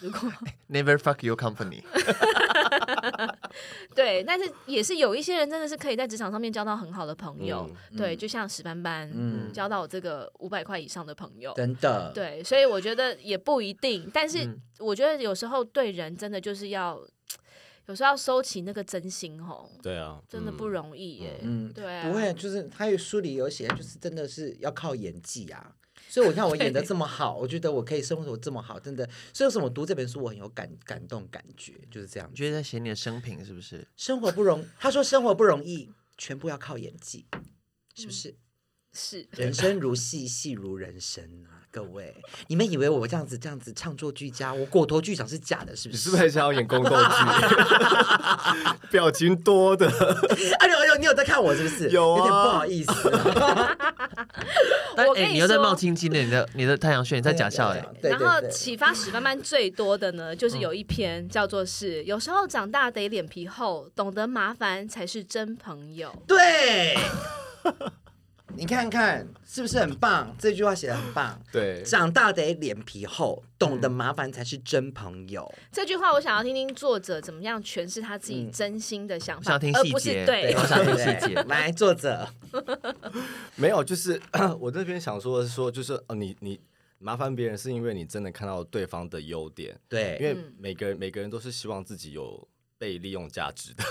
[SPEAKER 3] 如果
[SPEAKER 4] Never fuck your company。
[SPEAKER 3] 对，但是也是有一些人真的是可以在职场上面交到很好的朋友，对，就像史斑斑、
[SPEAKER 6] 嗯
[SPEAKER 3] 交到这个五百块以上的朋友。
[SPEAKER 6] 真的，，
[SPEAKER 3] 对，所以我觉得也不一定，但是
[SPEAKER 4] 嗯
[SPEAKER 3] 我觉得有时候对人真的就是要，有时候要收起那个真心吼，
[SPEAKER 5] 对啊，
[SPEAKER 3] 真的不
[SPEAKER 5] 嗯
[SPEAKER 3] 容易耶。
[SPEAKER 6] 嗯，
[SPEAKER 3] 对啊
[SPEAKER 6] 不会，就是他有书里有写，就是真的是要靠演技啊。所以我看我演的这么好，我觉得我可以生活得这么好，真的。所以为什么我读这本书我很有感感动感觉，就是这样
[SPEAKER 4] 你。觉得在写你的生平是不是？
[SPEAKER 6] 生活不容，他说生活不容易，全部要靠演技，是
[SPEAKER 3] 嗯
[SPEAKER 6] 不是？
[SPEAKER 3] 是，
[SPEAKER 6] 人生如戏，戏如人生啊！各位，你们以为我这样子这样子唱作俱佳，我果陀剧场是假的，是 不
[SPEAKER 5] 你
[SPEAKER 6] 是？
[SPEAKER 5] 是不是很想要演宫斗剧？ 表情多 的，
[SPEAKER 6] 哎呦哎呦，你有在看我是不是？
[SPEAKER 5] 有啊
[SPEAKER 6] 有点不好意思啊。
[SPEAKER 4] 但
[SPEAKER 3] 我
[SPEAKER 4] 哎、
[SPEAKER 3] 跟你
[SPEAKER 4] 你又在
[SPEAKER 3] 说
[SPEAKER 4] 冒青筋的，你的你的太阳穴，你在假笑哎、
[SPEAKER 6] 对
[SPEAKER 3] 然后
[SPEAKER 6] 对对嗯
[SPEAKER 3] 启发史慢慢最多的呢，就是有一篇叫做是“有时候长大得脸皮厚，懂得麻烦才是真朋友
[SPEAKER 6] 对， 你看看是不是很棒？这句话写的很棒。
[SPEAKER 5] 对，
[SPEAKER 6] 长大得脸皮厚，懂得麻烦才是真朋友。”
[SPEAKER 3] 这句话，我想要听听作者怎么样诠释他自己真心的想
[SPEAKER 4] 我
[SPEAKER 3] 法，
[SPEAKER 4] 想听
[SPEAKER 3] 而
[SPEAKER 4] 细
[SPEAKER 3] 不是
[SPEAKER 4] 节，
[SPEAKER 3] 嗯对
[SPEAKER 4] 我想听细节。
[SPEAKER 6] 来，作者，
[SPEAKER 5] 没有，就是 我这边想说的是说，就是哦，你你麻烦别人是因为你真的看到对方的优点，因
[SPEAKER 6] 对
[SPEAKER 5] 为每个人每个人都是希望自己有被利用价值的。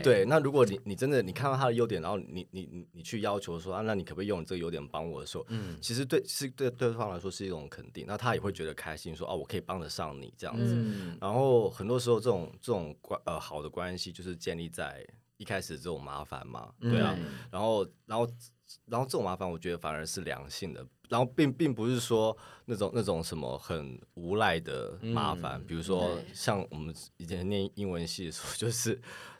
[SPEAKER 5] 对，那如果你你真的你看到他的优点，然后你你你你去要求说啊，那你可不可以用你这个优点帮我的时候，嗯，其实对是对对方来说是一种肯定，那他也会觉得开心，说啊，我可以帮得上你这样
[SPEAKER 6] 嗯
[SPEAKER 5] 子。然后很多时候这种这种关呃好的关系就是建立在一开始这种麻烦嘛，对
[SPEAKER 6] 嗯
[SPEAKER 5] 啊，然后然后然后这种麻烦我觉得反而是良性的。然后并并不是说那种那种什么很无赖的麻烦，比如说
[SPEAKER 3] 对
[SPEAKER 5] 像我们以前念英文系的时候，就是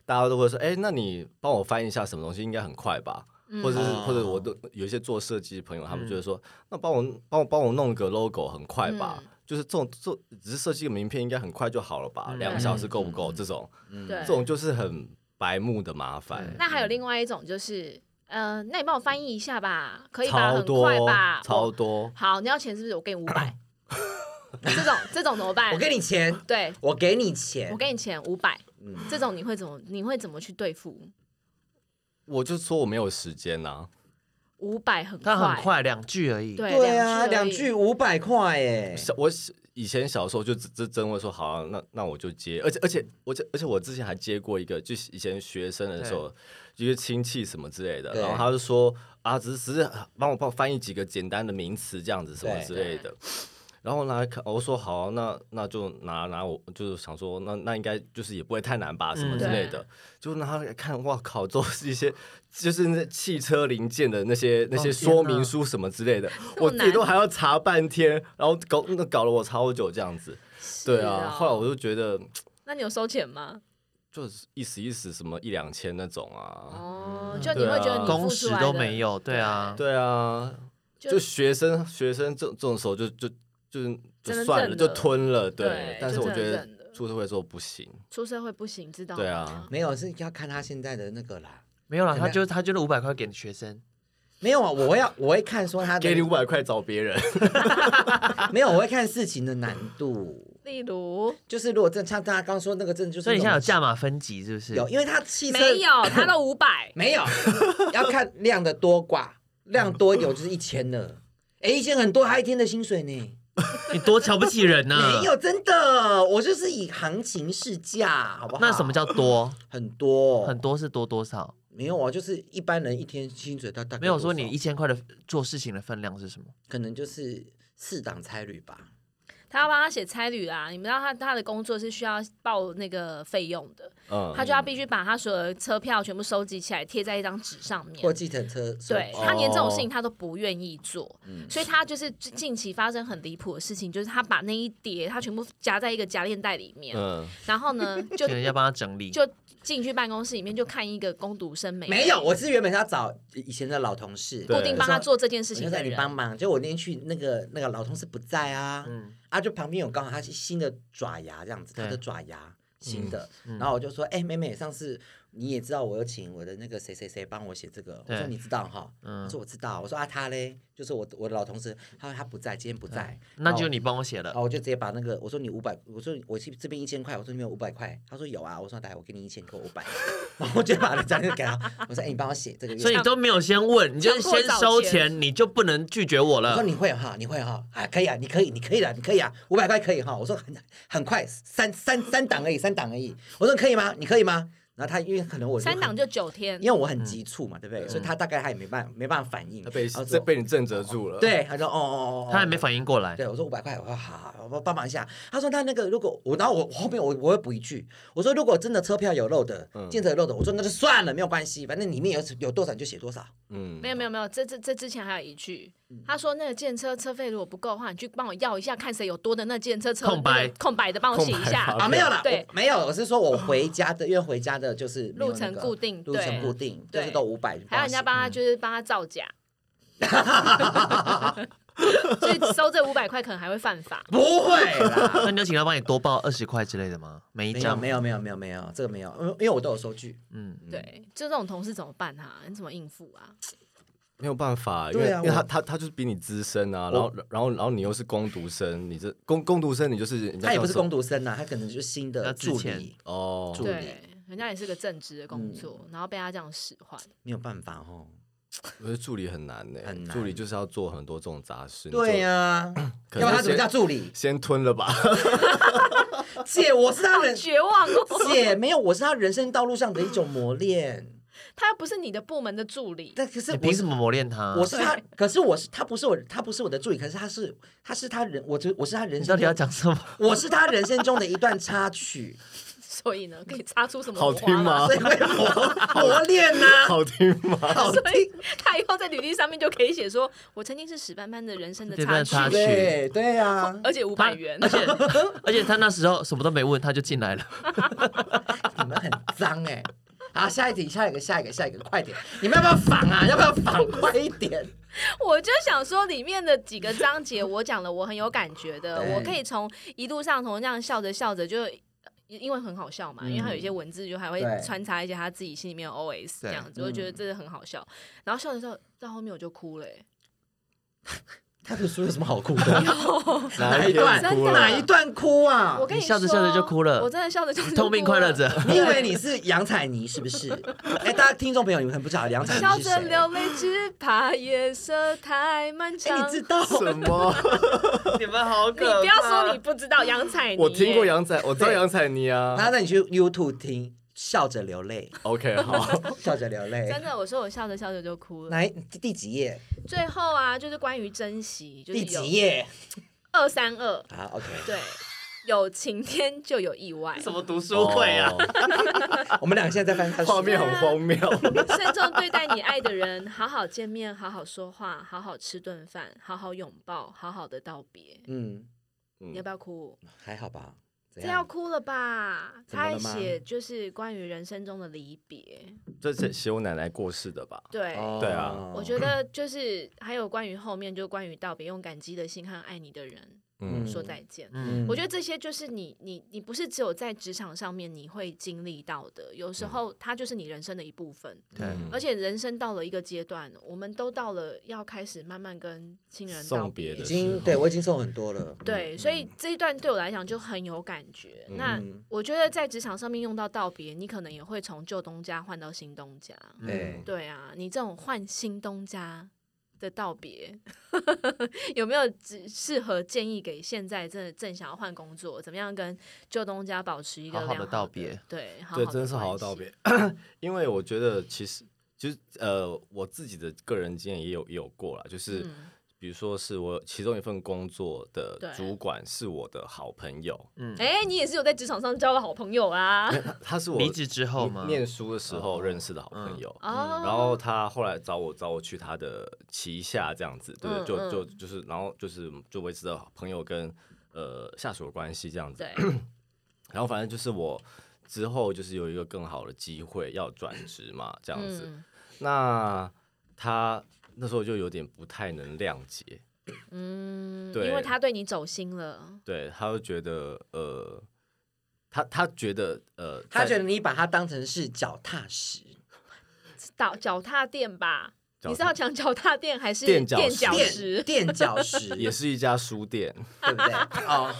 [SPEAKER 5] 大家都会说，哎、那你帮我翻译一下什么东西，应该很快吧？
[SPEAKER 3] 嗯
[SPEAKER 5] 或者是
[SPEAKER 6] 哦
[SPEAKER 5] 或者我都有一些做设计的朋友，他们就会说，那帮我帮我帮我弄个 logo，很快吧？
[SPEAKER 3] 嗯
[SPEAKER 5] 就是这种做只是设计个名片，应该很快就好了吧？两个小时够不够？这种
[SPEAKER 3] 对
[SPEAKER 5] 这种就是很白目的麻烦。
[SPEAKER 3] 那还有另外一种就是，呃，那你帮我翻译一下吧，可以吧？
[SPEAKER 5] 超
[SPEAKER 3] 很
[SPEAKER 5] 多
[SPEAKER 3] 快吧？，
[SPEAKER 5] 超
[SPEAKER 3] 我
[SPEAKER 5] 多，
[SPEAKER 3] 好，你要钱是不是？我给你五百。这种这种怎么办？
[SPEAKER 6] 我给你钱，
[SPEAKER 3] 对，
[SPEAKER 6] 我给你钱，
[SPEAKER 3] 我给你钱五百。这种你会怎么？你会怎么去对付？
[SPEAKER 5] 我就说我没有时间啊呐、
[SPEAKER 3] 五百很快，
[SPEAKER 4] 他很快，两句而已。
[SPEAKER 3] 对
[SPEAKER 6] 对啊，两
[SPEAKER 3] 两
[SPEAKER 6] 句
[SPEAKER 3] 句
[SPEAKER 6] 五百块哎，
[SPEAKER 5] 小我小以前小时候就只只真会说好、啊，那那我就接，而且而且我这而且我之前还接过一个，就是以前学生的时候，一个亲戚什么之类的，
[SPEAKER 6] 对
[SPEAKER 5] 然后他就说啊，只是只是帮我帮我翻译几个简单的名词这样子什么
[SPEAKER 6] 对
[SPEAKER 5] 之类的。然后我拿来看，我说好、啊那那就拿拿我就是想说，那那应该就是也不会太难吧，什么
[SPEAKER 4] 嗯
[SPEAKER 5] 之类的。就拿来看，哇靠，都是一些就是那汽车零件的那些那些
[SPEAKER 4] 哦天
[SPEAKER 5] 说明
[SPEAKER 4] 哪
[SPEAKER 5] 书什么之类的，
[SPEAKER 3] 这么
[SPEAKER 5] 我自己都
[SPEAKER 3] 难
[SPEAKER 5] 还要
[SPEAKER 3] 啊
[SPEAKER 5] 啊查半天，然后搞那搞了我超久这样子。对啊，后来我就觉得，
[SPEAKER 3] 哦那你有收钱吗？
[SPEAKER 5] 就是一时一时什么一两千那种啊。
[SPEAKER 3] 哦，就你会觉得你付
[SPEAKER 5] 对啊
[SPEAKER 4] 工
[SPEAKER 3] 出
[SPEAKER 4] 时
[SPEAKER 3] 来
[SPEAKER 4] 都
[SPEAKER 3] 的
[SPEAKER 4] 没有，对啊，
[SPEAKER 5] 对啊，
[SPEAKER 3] 就
[SPEAKER 5] 就学生学生这这种时候就就就
[SPEAKER 3] 真
[SPEAKER 5] 就
[SPEAKER 3] 的
[SPEAKER 5] 算了，
[SPEAKER 3] 挣的
[SPEAKER 5] 就吞了。
[SPEAKER 3] 对
[SPEAKER 5] 但是
[SPEAKER 3] 就
[SPEAKER 5] 我
[SPEAKER 3] 真的
[SPEAKER 5] 觉
[SPEAKER 3] 挣的哦
[SPEAKER 5] 得出社会之后不行，
[SPEAKER 3] 出社会不行，知道吗？
[SPEAKER 5] 对啊，
[SPEAKER 6] 没有是要看他现在的那个啦。
[SPEAKER 4] 没有啦，
[SPEAKER 6] 怎
[SPEAKER 4] 他
[SPEAKER 6] 么样
[SPEAKER 4] 就他就是五百块给学生，
[SPEAKER 6] 没有啊，我要我会看说他的
[SPEAKER 5] 给你五百块找别人。
[SPEAKER 6] 没有，我会看事情的难度。
[SPEAKER 3] 例如
[SPEAKER 6] 就是如果真的像大家刚说那个真的就是
[SPEAKER 4] 所以你
[SPEAKER 6] 那
[SPEAKER 4] 现在有
[SPEAKER 6] 种，
[SPEAKER 4] 价码分级是不是？
[SPEAKER 6] 有，因为他汽车，
[SPEAKER 3] 没有，他都五百
[SPEAKER 6] 没有，要看量的多寡，量多一点我就是一千了。哎，一千很多，他一天的薪水呢？
[SPEAKER 4] 你多瞧不起人呢、
[SPEAKER 6] 没有，真的，我就是以行情市价，好不好？
[SPEAKER 4] 那什么叫多？
[SPEAKER 6] 很多？
[SPEAKER 4] 很多是多多少？
[SPEAKER 6] 没有啊，就是一般人一天薪水大大概
[SPEAKER 4] 没有说你
[SPEAKER 6] 多少
[SPEAKER 4] 一千块的做事情的分量是什么？
[SPEAKER 6] 可能就是四档差旅吧。
[SPEAKER 3] 他要帮他写差旅啊。你们知道他他的工作是需要报那个费用的，
[SPEAKER 5] 嗯，
[SPEAKER 3] 他就要必须把他所有的车票全部收集起来，贴在一张纸上面。
[SPEAKER 6] 或计程车，
[SPEAKER 3] 对
[SPEAKER 6] 手
[SPEAKER 3] 他连这种事情
[SPEAKER 5] 哦嗯
[SPEAKER 3] 他都不愿意做，所以他就是近近期发生很离谱的事情，就是他把那一叠他全部夹在一个夹链袋里面，
[SPEAKER 5] 嗯，
[SPEAKER 3] 然后 呢就
[SPEAKER 4] 请 人家帮他整理。
[SPEAKER 3] 就进去办公室里面就看一个攻读生没
[SPEAKER 6] 没有，我是原本是要找以前的老同事，
[SPEAKER 5] 对
[SPEAKER 3] 固定帮他做这件事
[SPEAKER 6] 我
[SPEAKER 3] 情
[SPEAKER 6] 就
[SPEAKER 3] 的
[SPEAKER 6] 在你
[SPEAKER 3] 人，
[SPEAKER 6] 帮忙。就我那天去那个那个老同事不在啊，
[SPEAKER 4] 嗯
[SPEAKER 6] 啊，就旁边有刚好他是新的爪牙这样子，
[SPEAKER 4] 对嗯
[SPEAKER 6] 他的爪牙新的，然后我就说，哎、妹妹，上次你也知道我有请我的那个谁谁谁帮我写这个，我
[SPEAKER 4] 对
[SPEAKER 6] 说你知道哈，
[SPEAKER 4] 嗯
[SPEAKER 6] 我说我知道，我说啊他嘞，就是我我的老同事，他说他不在，今天不在，
[SPEAKER 4] 那就
[SPEAKER 6] 你。
[SPEAKER 4] 你帮我写
[SPEAKER 6] 然
[SPEAKER 4] 了。
[SPEAKER 6] 后我就直接把那个我说你五百，我说我去这边一千块，我说你有五百块，他说有啊，我说来我给你一千，给我五百， 然后我就把那张就给他，我说哎、你帮我写这个月，
[SPEAKER 4] 所以你都没有先问，你就是先收钱，你就不能拒绝我
[SPEAKER 6] 我说
[SPEAKER 4] 了。
[SPEAKER 5] 嗯
[SPEAKER 6] 你会哈，你会哈，啊可以啊，你可以，你可以的，你可以啊，五百块可以哈，我说很很快，三三三档而已，三档而已，我说可以吗？你可以吗？然后他因为可能我
[SPEAKER 3] 三档
[SPEAKER 6] 就
[SPEAKER 3] 就九天
[SPEAKER 6] 很，因为我很急促嘛，对不对？所以他大概他也没办法没办法反应，
[SPEAKER 5] 嗯他被
[SPEAKER 6] 然后
[SPEAKER 5] 这
[SPEAKER 6] 说
[SPEAKER 5] 被你震折住了。，
[SPEAKER 6] 对，他说哦哦哦，哦
[SPEAKER 4] 他还没反应过来，
[SPEAKER 6] 对，我说五百块，我说好好，好我帮忙一下。他说他那个如果我，然后我我后面我我会补一句，我说如果真的车票有漏的，
[SPEAKER 5] 嗯
[SPEAKER 6] 建设有漏的，我说那就算了，没有关系，反正里面有有多少你就写多少。
[SPEAKER 5] 嗯
[SPEAKER 3] 没，有没有没有，这这这之前还有一句，他说那个建车车费如果不够的话，你去帮我要一下，看谁有多的那建车车
[SPEAKER 4] 空白
[SPEAKER 3] 那个空白的帮我写一
[SPEAKER 5] 空
[SPEAKER 3] 下
[SPEAKER 5] 白。
[SPEAKER 6] 啊，没有啦，
[SPEAKER 3] 对
[SPEAKER 6] 我没有，我是说我回家的，因为回家的就是没有
[SPEAKER 3] 路程
[SPEAKER 6] 那个
[SPEAKER 3] 固定
[SPEAKER 6] 路程
[SPEAKER 3] 对
[SPEAKER 6] 固定，就
[SPEAKER 3] 对
[SPEAKER 6] 是都五百，
[SPEAKER 3] 还有人家帮他就是帮他造假，所以收这五百块可能还会犯法。
[SPEAKER 6] 不会 啦，
[SPEAKER 4] 那你就请他帮你多报二十块之类的吗？每一
[SPEAKER 6] 没有
[SPEAKER 4] 张
[SPEAKER 6] 没有没有没有没有，这个没有，因为因为我都有收据，
[SPEAKER 4] 嗯，
[SPEAKER 3] 对，就这种同事怎么办哈？你怎么应付啊？
[SPEAKER 5] 没有办法，因为
[SPEAKER 6] 对啊
[SPEAKER 5] 因为他
[SPEAKER 6] 我
[SPEAKER 5] 他他就是比你资深啊，然后然后然后你又是工读生，你这工工读生你就是人家
[SPEAKER 6] 他也不是
[SPEAKER 5] 叫做
[SPEAKER 6] 工读生呐，啊他可能就是新
[SPEAKER 4] 要
[SPEAKER 6] 的
[SPEAKER 4] 之
[SPEAKER 6] 助
[SPEAKER 4] 前
[SPEAKER 6] 理，
[SPEAKER 5] 哦，
[SPEAKER 6] 助理
[SPEAKER 3] 对，人家也是个正职的工作，然后被他这样使唤，
[SPEAKER 6] 没有办法哦。
[SPEAKER 5] 我觉得助理很难呢、
[SPEAKER 6] 很难
[SPEAKER 5] 助理就是要做很多这种杂事。
[SPEAKER 6] 对啊
[SPEAKER 5] 呀、
[SPEAKER 6] 呀，
[SPEAKER 5] 可
[SPEAKER 6] 要不然他
[SPEAKER 5] 是
[SPEAKER 6] 怎
[SPEAKER 5] 先
[SPEAKER 6] 么叫助理？
[SPEAKER 5] 先吞了吧。
[SPEAKER 6] 姐，我是他
[SPEAKER 3] 好
[SPEAKER 6] 人，
[SPEAKER 3] 绝望哦！
[SPEAKER 6] 姐没有，我是他人生道路上的一种磨练。
[SPEAKER 3] 他又不是你的部门的助理，
[SPEAKER 6] 但可是
[SPEAKER 4] 你
[SPEAKER 6] 我
[SPEAKER 4] 凭什
[SPEAKER 6] 是
[SPEAKER 4] 么磨练他？
[SPEAKER 6] 我是他，可是我是他不是我，他不是我的助理，可是他是他是他人，我就我是他人
[SPEAKER 4] 你
[SPEAKER 6] 生
[SPEAKER 4] 到底要
[SPEAKER 6] 中，
[SPEAKER 4] 讲什么？
[SPEAKER 6] 我是他人生中的一段插曲，
[SPEAKER 3] 所以呢，可以擦出什么
[SPEAKER 5] 好
[SPEAKER 3] 火花
[SPEAKER 5] 听吗
[SPEAKER 6] 所以会磨磨练呐、
[SPEAKER 5] 好听吗？
[SPEAKER 6] 好
[SPEAKER 3] 所以他以后在履历上面就可以写说，我曾经是史班班的人生的
[SPEAKER 4] 对
[SPEAKER 3] 插
[SPEAKER 4] 对插曲
[SPEAKER 3] 曲，
[SPEAKER 6] 对对啊，
[SPEAKER 3] 而且五百元，
[SPEAKER 4] 而且而且他那时候什么都没问，他就进来 了。
[SPEAKER 6] 你们很脏哎、好，下一题，下一个，下一个，下一个，快点！你们要不要仿啊？要不要仿？快一点！
[SPEAKER 3] 我就想说里面的几个章节，我讲了我很有感觉的，
[SPEAKER 6] 对
[SPEAKER 3] 我可以从一路上从那样笑着笑着就。呃因为很好笑嘛，因为他有一些文字就还会
[SPEAKER 6] 对
[SPEAKER 3] 穿插一些他自己心里面的
[SPEAKER 4] 嗯
[SPEAKER 3] OS 这样子，我就觉得这很好笑。然后笑着笑着到后面我就哭了、欸
[SPEAKER 6] 他的书有什么好哭的？
[SPEAKER 5] 哪一
[SPEAKER 6] 哪一
[SPEAKER 5] 段
[SPEAKER 6] 段
[SPEAKER 5] 哭
[SPEAKER 6] 哪
[SPEAKER 5] 了？
[SPEAKER 6] 一段哭啊
[SPEAKER 3] 我？跟
[SPEAKER 4] 你
[SPEAKER 3] 说
[SPEAKER 4] 笑着笑着就哭了
[SPEAKER 3] 我真的笑着笑着 就
[SPEAKER 4] 痛并
[SPEAKER 3] 哭
[SPEAKER 4] 快乐
[SPEAKER 3] 了
[SPEAKER 4] 着，
[SPEAKER 6] 你以为你是杨采妮是不 是？哎、大家听众朋友，你们可能不知道杨采
[SPEAKER 3] 笑
[SPEAKER 6] 妮是
[SPEAKER 3] 着
[SPEAKER 6] 谁。
[SPEAKER 3] 流泪，只怕夜色太漫
[SPEAKER 6] 哎、
[SPEAKER 3] 长。
[SPEAKER 6] 你知道
[SPEAKER 5] 什么？
[SPEAKER 4] 你们好
[SPEAKER 3] 你不要说
[SPEAKER 4] 哦
[SPEAKER 3] 你不知道杨采妮，
[SPEAKER 5] 我听过，杨采，我知道杨采妮
[SPEAKER 6] 然
[SPEAKER 5] 啊
[SPEAKER 6] 后。那你去 YouTube 听，笑着流 泪，
[SPEAKER 5] OK，好，
[SPEAKER 6] 笑着流泪。
[SPEAKER 3] 真的，我说我笑着笑着就哭了。
[SPEAKER 6] 哪一第几页？
[SPEAKER 3] 最后啊，就是关于珍惜，就是
[SPEAKER 6] 第几
[SPEAKER 3] 有
[SPEAKER 6] 页？
[SPEAKER 3] 二三二，
[SPEAKER 6] 好，OK。
[SPEAKER 3] 对，有晴天就有意外，
[SPEAKER 4] 什么读书会啊？
[SPEAKER 5] 哦
[SPEAKER 6] 我们两个现在在翻他
[SPEAKER 5] 画面
[SPEAKER 6] 啊
[SPEAKER 5] 很荒 谬。
[SPEAKER 3] 慎重对待你爱的人，好好见面，好好说话，好好吃顿饭，好好拥抱，好好的道别。
[SPEAKER 6] 嗯，
[SPEAKER 3] 你要不要哭？
[SPEAKER 6] 还好吧。
[SPEAKER 5] 啊
[SPEAKER 6] 怎
[SPEAKER 3] 这要
[SPEAKER 6] 样？
[SPEAKER 3] 哭了吧？
[SPEAKER 6] 怎
[SPEAKER 3] 他
[SPEAKER 6] 么
[SPEAKER 3] 还
[SPEAKER 6] 了吗
[SPEAKER 3] 写就是关于人生中的离别，
[SPEAKER 5] 这是写我奶奶过世的吧？
[SPEAKER 3] 对。
[SPEAKER 6] 哦
[SPEAKER 5] 对啊
[SPEAKER 3] 我觉得就是还有关于后面，就关于道别，用感激的心和爱你的人
[SPEAKER 5] 嗯
[SPEAKER 6] 嗯
[SPEAKER 3] 说再见。
[SPEAKER 4] 嗯
[SPEAKER 3] 我觉得这些就是你你你不是只有在职场上面你会经历到的，有时候它就是你人生的一部分。
[SPEAKER 5] 嗯
[SPEAKER 3] 而且人生到了一个阶段，我们都到了要开始慢慢跟亲人
[SPEAKER 5] 送
[SPEAKER 3] 道
[SPEAKER 5] 别
[SPEAKER 6] 已
[SPEAKER 5] 的嗯
[SPEAKER 6] 经
[SPEAKER 5] 哦
[SPEAKER 6] 对我已经送很多了，
[SPEAKER 3] 对，所以这一段对我来讲就很有感觉。那
[SPEAKER 6] 嗯
[SPEAKER 3] 我觉得在职场上面用到道别，你可能也会从旧东家换到新东家。
[SPEAKER 5] 嗯
[SPEAKER 6] 对，
[SPEAKER 3] 对啊，你这种换新东家的道别， 有没有只适合建议给现在真的正想要换工作，怎么样跟旧东家保持一个
[SPEAKER 4] 好好的
[SPEAKER 3] 良
[SPEAKER 4] 道别？
[SPEAKER 3] 对，好
[SPEAKER 5] 对，
[SPEAKER 3] 好
[SPEAKER 5] 真是好
[SPEAKER 3] 关
[SPEAKER 5] 好
[SPEAKER 3] 系
[SPEAKER 5] 道别。因为我觉得其实就是呃，我自己的个人经验也有也有过啦，就是、
[SPEAKER 3] 嗯
[SPEAKER 5] 比如说是我其中一份工作
[SPEAKER 3] 对
[SPEAKER 5] 的主管是我的好朋友，
[SPEAKER 4] 嗯
[SPEAKER 3] 哎、你也是有在职场上交了好朋友啊？
[SPEAKER 5] 他他是我
[SPEAKER 4] 离职之后吗？哦嗯
[SPEAKER 5] 念书的时候认识的好朋友。
[SPEAKER 3] 哦，
[SPEAKER 5] 然后他后来找我找我去他的旗下这样子，对，
[SPEAKER 3] 嗯嗯
[SPEAKER 5] 就就就是，然后就是就维持着朋友跟呃下属的关系 这样子。
[SPEAKER 3] 对，
[SPEAKER 5] 然后反正就是我之后就是有一个更好的机会要转职嘛，这样子。
[SPEAKER 3] 嗯
[SPEAKER 5] 那他那时候就有点不太能谅解，
[SPEAKER 3] 嗯，
[SPEAKER 5] 对
[SPEAKER 3] 因为他对你走心了，
[SPEAKER 5] 对，他就觉得呃，他他觉得呃，
[SPEAKER 6] 他觉
[SPEAKER 5] 在
[SPEAKER 6] 得你把他当成是脚踏石，
[SPEAKER 3] 脚脚踏垫吧？
[SPEAKER 5] 脚踏
[SPEAKER 3] 你是要讲脚踏垫还是
[SPEAKER 5] 垫脚
[SPEAKER 3] 垫
[SPEAKER 5] 石
[SPEAKER 3] 脚
[SPEAKER 6] 垫
[SPEAKER 3] 石？
[SPEAKER 6] 垫 脚石，
[SPEAKER 5] 也是一家书店，
[SPEAKER 6] 对不对？哦，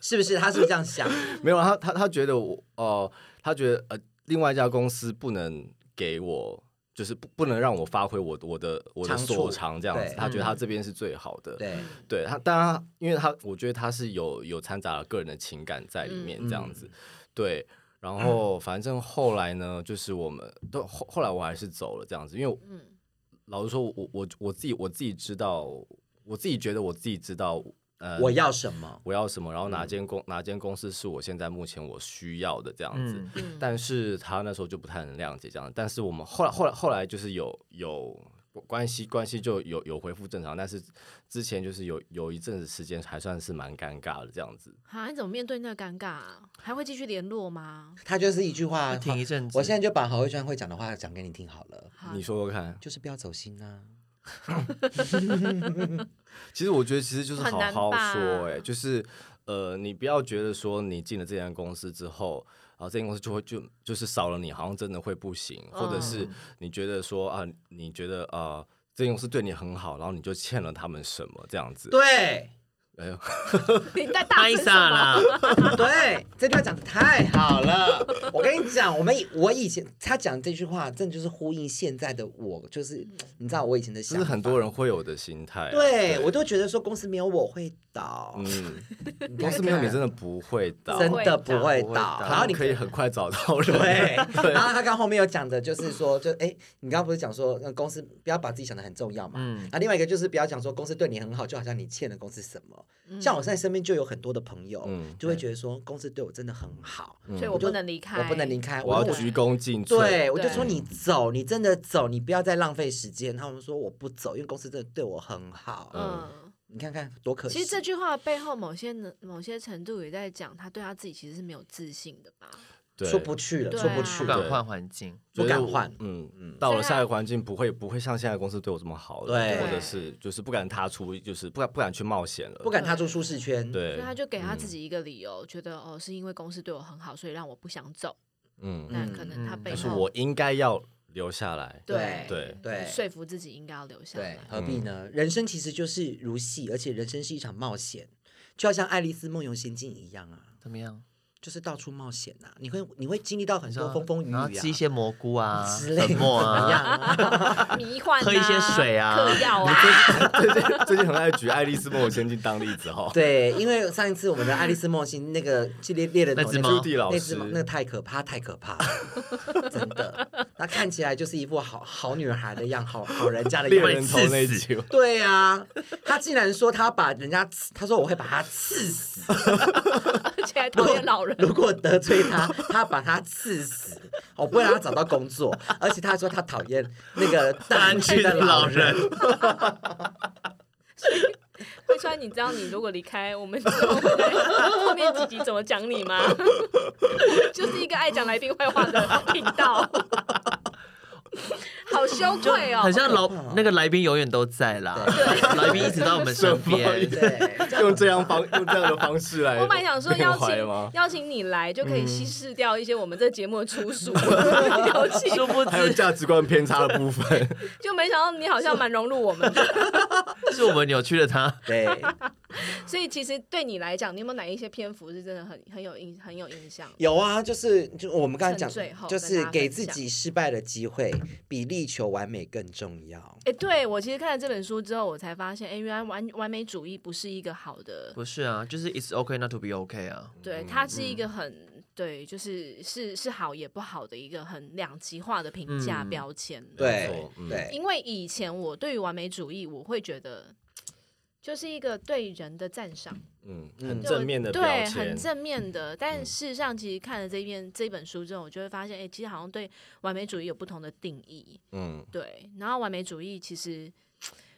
[SPEAKER 6] 是不是？他是不是这样想？
[SPEAKER 5] 没有啊他他他觉得我哦、他觉得呃，另外一家公司不能给我。就是不不能让我发挥我我的我的
[SPEAKER 6] 长处
[SPEAKER 5] 所长这样子
[SPEAKER 6] 对，嗯
[SPEAKER 5] 他觉得他这边是最好的，
[SPEAKER 6] 对，
[SPEAKER 5] 对他，当然他，因为他，我觉得他是有有掺杂了个人的情感在里面，
[SPEAKER 6] 嗯
[SPEAKER 5] 这样子，对。然后反正后来呢，就是我们都后后来我还是走了这样子，因为我
[SPEAKER 3] 嗯
[SPEAKER 5] 老实说，我我我自己我自己知道，我自己觉得我自己知道，呃，
[SPEAKER 6] 我要什么？
[SPEAKER 5] 我要什么，然后哪间公、哪间公司是我现在目前我需要的这样子。
[SPEAKER 4] 嗯
[SPEAKER 3] 嗯
[SPEAKER 5] 但是他那时候就不太能谅解这样，但是我们后来后来后来就是有有关系关系就有有恢复正常，但是之前就是有有一阵子时间还算是蛮尴尬的这样子。
[SPEAKER 3] 啊，你怎么面对那个尴尬、啊？还会继续联络吗？
[SPEAKER 6] 他就是一句话，
[SPEAKER 4] 停一阵子。
[SPEAKER 6] 我现在就把郝慧川会讲的话讲给你听好了，
[SPEAKER 3] 好
[SPEAKER 5] 你说说看，
[SPEAKER 6] 就是不要走心啊。
[SPEAKER 5] 其实我觉得其实就是
[SPEAKER 3] 很
[SPEAKER 5] 好
[SPEAKER 3] 难
[SPEAKER 5] 好
[SPEAKER 3] 吧
[SPEAKER 5] 说、欸，就是呃，你不要觉得说你进了这间公司之后。然后这间公司就会就就是少了你，好像真的会不行，
[SPEAKER 6] 嗯
[SPEAKER 5] 或者是你觉得说啊，你觉得啊、呃，这间公司对你很好，然后你就欠了他们什么这样子。
[SPEAKER 6] 对
[SPEAKER 5] 哎呦，
[SPEAKER 3] 你在大
[SPEAKER 4] 拍
[SPEAKER 3] 声什
[SPEAKER 4] 啥
[SPEAKER 3] 么？
[SPEAKER 4] 啦？
[SPEAKER 6] 对，这句话讲得太好了。我跟你讲，我们以我以前他讲这句话，真的就是呼应现在的我，就是你知道我以前的
[SPEAKER 5] 这
[SPEAKER 6] 想
[SPEAKER 5] 是
[SPEAKER 6] 法，
[SPEAKER 5] 很多人会有的心态啊、
[SPEAKER 6] 对我都觉得说公司没有我会倒，
[SPEAKER 5] 嗯，
[SPEAKER 6] 你
[SPEAKER 5] 公
[SPEAKER 6] 看
[SPEAKER 5] 司没有你真
[SPEAKER 6] 看
[SPEAKER 5] 的不会倒，
[SPEAKER 6] 真的不会
[SPEAKER 4] 不会
[SPEAKER 6] 倒
[SPEAKER 4] 倒，
[SPEAKER 6] 然后你
[SPEAKER 5] 可以很快找到人。
[SPEAKER 6] 对， 然后他刚后面有讲的，就是说，就哎，你刚刚不是讲说，那公司不要把自己想的很重要嘛？
[SPEAKER 4] 嗯
[SPEAKER 6] 啊，另外一个就是不要讲说公司对你很好，就好像你欠了公司什么。
[SPEAKER 3] 嗯
[SPEAKER 6] 像我现在身边就有很多的朋友，
[SPEAKER 5] 嗯
[SPEAKER 6] 就会觉得说公司对我真的很好，
[SPEAKER 3] 所以
[SPEAKER 5] 嗯
[SPEAKER 3] 我
[SPEAKER 6] 就
[SPEAKER 3] 不能离开，
[SPEAKER 6] 我不能离。开，
[SPEAKER 5] 我要
[SPEAKER 6] 就
[SPEAKER 5] 鞠躬尽瘁。
[SPEAKER 6] 对，我就说
[SPEAKER 3] 对
[SPEAKER 6] 你走，你真的走，你不要再浪费时间。他们说我不走，因为公司真的对我很好。
[SPEAKER 3] 嗯，
[SPEAKER 6] 你看看多可惜。
[SPEAKER 3] 其实这句话背后某些呢某些程度也在讲，他对他自己其实是没有自信的吧？
[SPEAKER 5] 对
[SPEAKER 6] 出不去了，
[SPEAKER 3] 对
[SPEAKER 6] 出不
[SPEAKER 3] 啊
[SPEAKER 6] 去
[SPEAKER 4] 不
[SPEAKER 6] 了，
[SPEAKER 4] 敢换环境，
[SPEAKER 6] 不
[SPEAKER 5] 觉得
[SPEAKER 6] 敢
[SPEAKER 5] 我
[SPEAKER 6] 换。
[SPEAKER 5] 嗯嗯，到了下一个环境不会不会像现在公司对我这么好了，
[SPEAKER 6] 对
[SPEAKER 5] 或者是就是不敢踏出，就是不敢不敢去冒险了，
[SPEAKER 6] 不敢踏出舒适圈，
[SPEAKER 3] 所
[SPEAKER 5] 对
[SPEAKER 3] 以，他就给他自己一个理由，觉得哦是因为公司对我很好，所以让我不想走。
[SPEAKER 5] 嗯，
[SPEAKER 3] 那可能他背
[SPEAKER 5] 但是
[SPEAKER 3] 后
[SPEAKER 5] 我应该要留下来。
[SPEAKER 6] 对
[SPEAKER 5] 对
[SPEAKER 6] 对
[SPEAKER 3] 说服自己应该要留下
[SPEAKER 6] 对
[SPEAKER 3] 来，。
[SPEAKER 6] 何
[SPEAKER 5] 嗯
[SPEAKER 6] 必呢？人生其实就是如戏，而且人生是一场冒险，就要像《爱丽丝梦游仙境》一样啊，
[SPEAKER 4] 怎么样？
[SPEAKER 6] 就是到处冒险啊。你会你会经历到很多风风雨雨
[SPEAKER 4] 然后
[SPEAKER 6] 啊，
[SPEAKER 4] 吃一些蘑菇啊，
[SPEAKER 6] 之类的
[SPEAKER 4] 粉末
[SPEAKER 6] 一样
[SPEAKER 4] 啊，
[SPEAKER 6] 啊。
[SPEAKER 3] 迷幻、啊，
[SPEAKER 4] 喝一些水啊
[SPEAKER 3] 嗑药啊，
[SPEAKER 5] 最近最近很爱举《爱丽丝梦游仙境》当例子哈，
[SPEAKER 6] 对，因为上一次我们的《爱丽丝梦游仙境》那个系列猎人
[SPEAKER 4] 那
[SPEAKER 6] 头
[SPEAKER 4] 只
[SPEAKER 6] 那
[SPEAKER 4] 猫
[SPEAKER 6] 只
[SPEAKER 4] 朱
[SPEAKER 5] 棣老
[SPEAKER 6] 那只猫
[SPEAKER 5] 师
[SPEAKER 6] 那太可怕，太可怕了， 真的。那看起来就是一副好好女孩的样，好好人家的
[SPEAKER 5] 猎
[SPEAKER 6] 样
[SPEAKER 5] 人
[SPEAKER 6] 子。
[SPEAKER 5] 头那一集，
[SPEAKER 6] 对呀、啊，他竟然说他把人家刺，他说我会把他刺死。
[SPEAKER 3] 而且啊还讨厌老人。
[SPEAKER 6] 如果得罪他， 他把他刺死，我不会让他找到工作。 而且他还说他讨厌那个大安区的老人，
[SPEAKER 4] 人，
[SPEAKER 3] 慧虽然你知道你如果离开，我们之后会在后面几集怎么讲你 吗？就是一个爱讲来宾坏话的频道， 好羞愧哦
[SPEAKER 4] 很。像老那个来宾永远都在啦，来宾一直到我们身 边。
[SPEAKER 6] 对，
[SPEAKER 5] 用这样方用这样的方式来缅怀吗，
[SPEAKER 3] 我本来想说 邀请邀请你来，就可以稀释掉一些我们这节目的出书，邀请
[SPEAKER 4] 殊不
[SPEAKER 5] 还有
[SPEAKER 4] 知
[SPEAKER 5] 价值观偏差的部分，
[SPEAKER 3] 就没想到你好像蛮融入我们的。
[SPEAKER 4] 是我们扭曲了他。
[SPEAKER 6] 对，
[SPEAKER 3] 所以其实对你来讲，你有没有哪一些篇幅是真的很很有印很有印象？
[SPEAKER 6] 有啊，就是就我们刚才
[SPEAKER 3] 趁
[SPEAKER 6] 讲
[SPEAKER 3] 最后，
[SPEAKER 6] 就
[SPEAKER 3] 跟大
[SPEAKER 6] 是
[SPEAKER 3] 家
[SPEAKER 6] 给
[SPEAKER 3] 分
[SPEAKER 6] 自
[SPEAKER 3] 享
[SPEAKER 6] 己失败的机会，比力求完美更重要。
[SPEAKER 3] 哎、对我其实看了这本书之后，我才发现，哎、原来完完美主义不是一个好的，
[SPEAKER 4] 不是啊，就是 it's okay not to be okay 啊。
[SPEAKER 3] 对，它是一个很、对，就是是是好也不好的一个很两极化的评价
[SPEAKER 4] 嗯
[SPEAKER 3] 标签。
[SPEAKER 5] 没
[SPEAKER 6] 对
[SPEAKER 5] 错嗯
[SPEAKER 6] 对，
[SPEAKER 3] 因为以前我对于完美主义，我会觉得就是一个对人的赞赏，
[SPEAKER 5] 嗯，
[SPEAKER 6] 嗯
[SPEAKER 5] 很正面的标
[SPEAKER 3] 对，
[SPEAKER 5] 签嗯
[SPEAKER 3] 很，正面的。但事实上，其实看了这篇这本书之后，我就会发现，哎、其实好像对完美主义有不同的定义。
[SPEAKER 5] 嗯，
[SPEAKER 3] 对，然后完美主义其实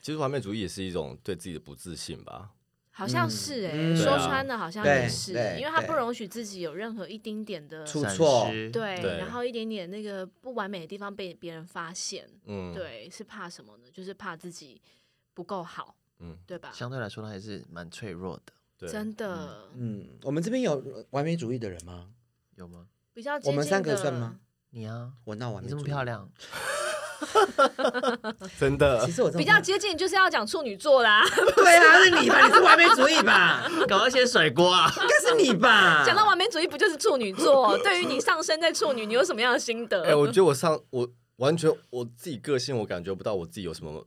[SPEAKER 5] 其实完美主义也是一种对自己的不自信吧，
[SPEAKER 3] 好像是哎、
[SPEAKER 6] 嗯
[SPEAKER 3] 说
[SPEAKER 5] 对啊
[SPEAKER 3] 穿了好像
[SPEAKER 6] 对
[SPEAKER 3] 也是，
[SPEAKER 6] 对
[SPEAKER 3] 因为他不
[SPEAKER 6] 对
[SPEAKER 3] 容许自己有任何一丁点的
[SPEAKER 6] 出
[SPEAKER 4] 闪
[SPEAKER 6] 错
[SPEAKER 4] 失
[SPEAKER 3] 对，
[SPEAKER 5] 对
[SPEAKER 3] 然后一点点那个不完美的地方被别人发现，
[SPEAKER 5] 嗯，，
[SPEAKER 3] 对，是怕什么呢？就是怕自己不够好，
[SPEAKER 5] 嗯，
[SPEAKER 3] 对吧？
[SPEAKER 4] 相对来说，他还是蛮脆弱的，
[SPEAKER 5] 对，
[SPEAKER 3] 真的、
[SPEAKER 6] 嗯，我们这边有完美主义的人吗？
[SPEAKER 4] 有吗？
[SPEAKER 3] 比较接
[SPEAKER 6] 我们
[SPEAKER 3] 近
[SPEAKER 6] 三个
[SPEAKER 3] 的
[SPEAKER 6] 算吗？
[SPEAKER 4] 你啊，
[SPEAKER 6] 我那完
[SPEAKER 4] 你
[SPEAKER 6] 美
[SPEAKER 4] 这
[SPEAKER 6] 主
[SPEAKER 4] 么
[SPEAKER 6] 义，
[SPEAKER 4] 漂亮，
[SPEAKER 5] 真的
[SPEAKER 6] 其，实
[SPEAKER 4] 嗯
[SPEAKER 6] 我这么
[SPEAKER 3] 比较
[SPEAKER 6] 漂
[SPEAKER 3] 接近就是要讲处女座啦，
[SPEAKER 6] 对啊，是你吧？你是完美主义吧？
[SPEAKER 4] 赶快先甩锅啊！
[SPEAKER 6] 应该是你吧？
[SPEAKER 3] 讲到完美主义不就是处女座？对于你上升在处女，你有什么样的心得？
[SPEAKER 5] 哎、我觉得我上我完全我自己个性，我感觉不到我自己有什么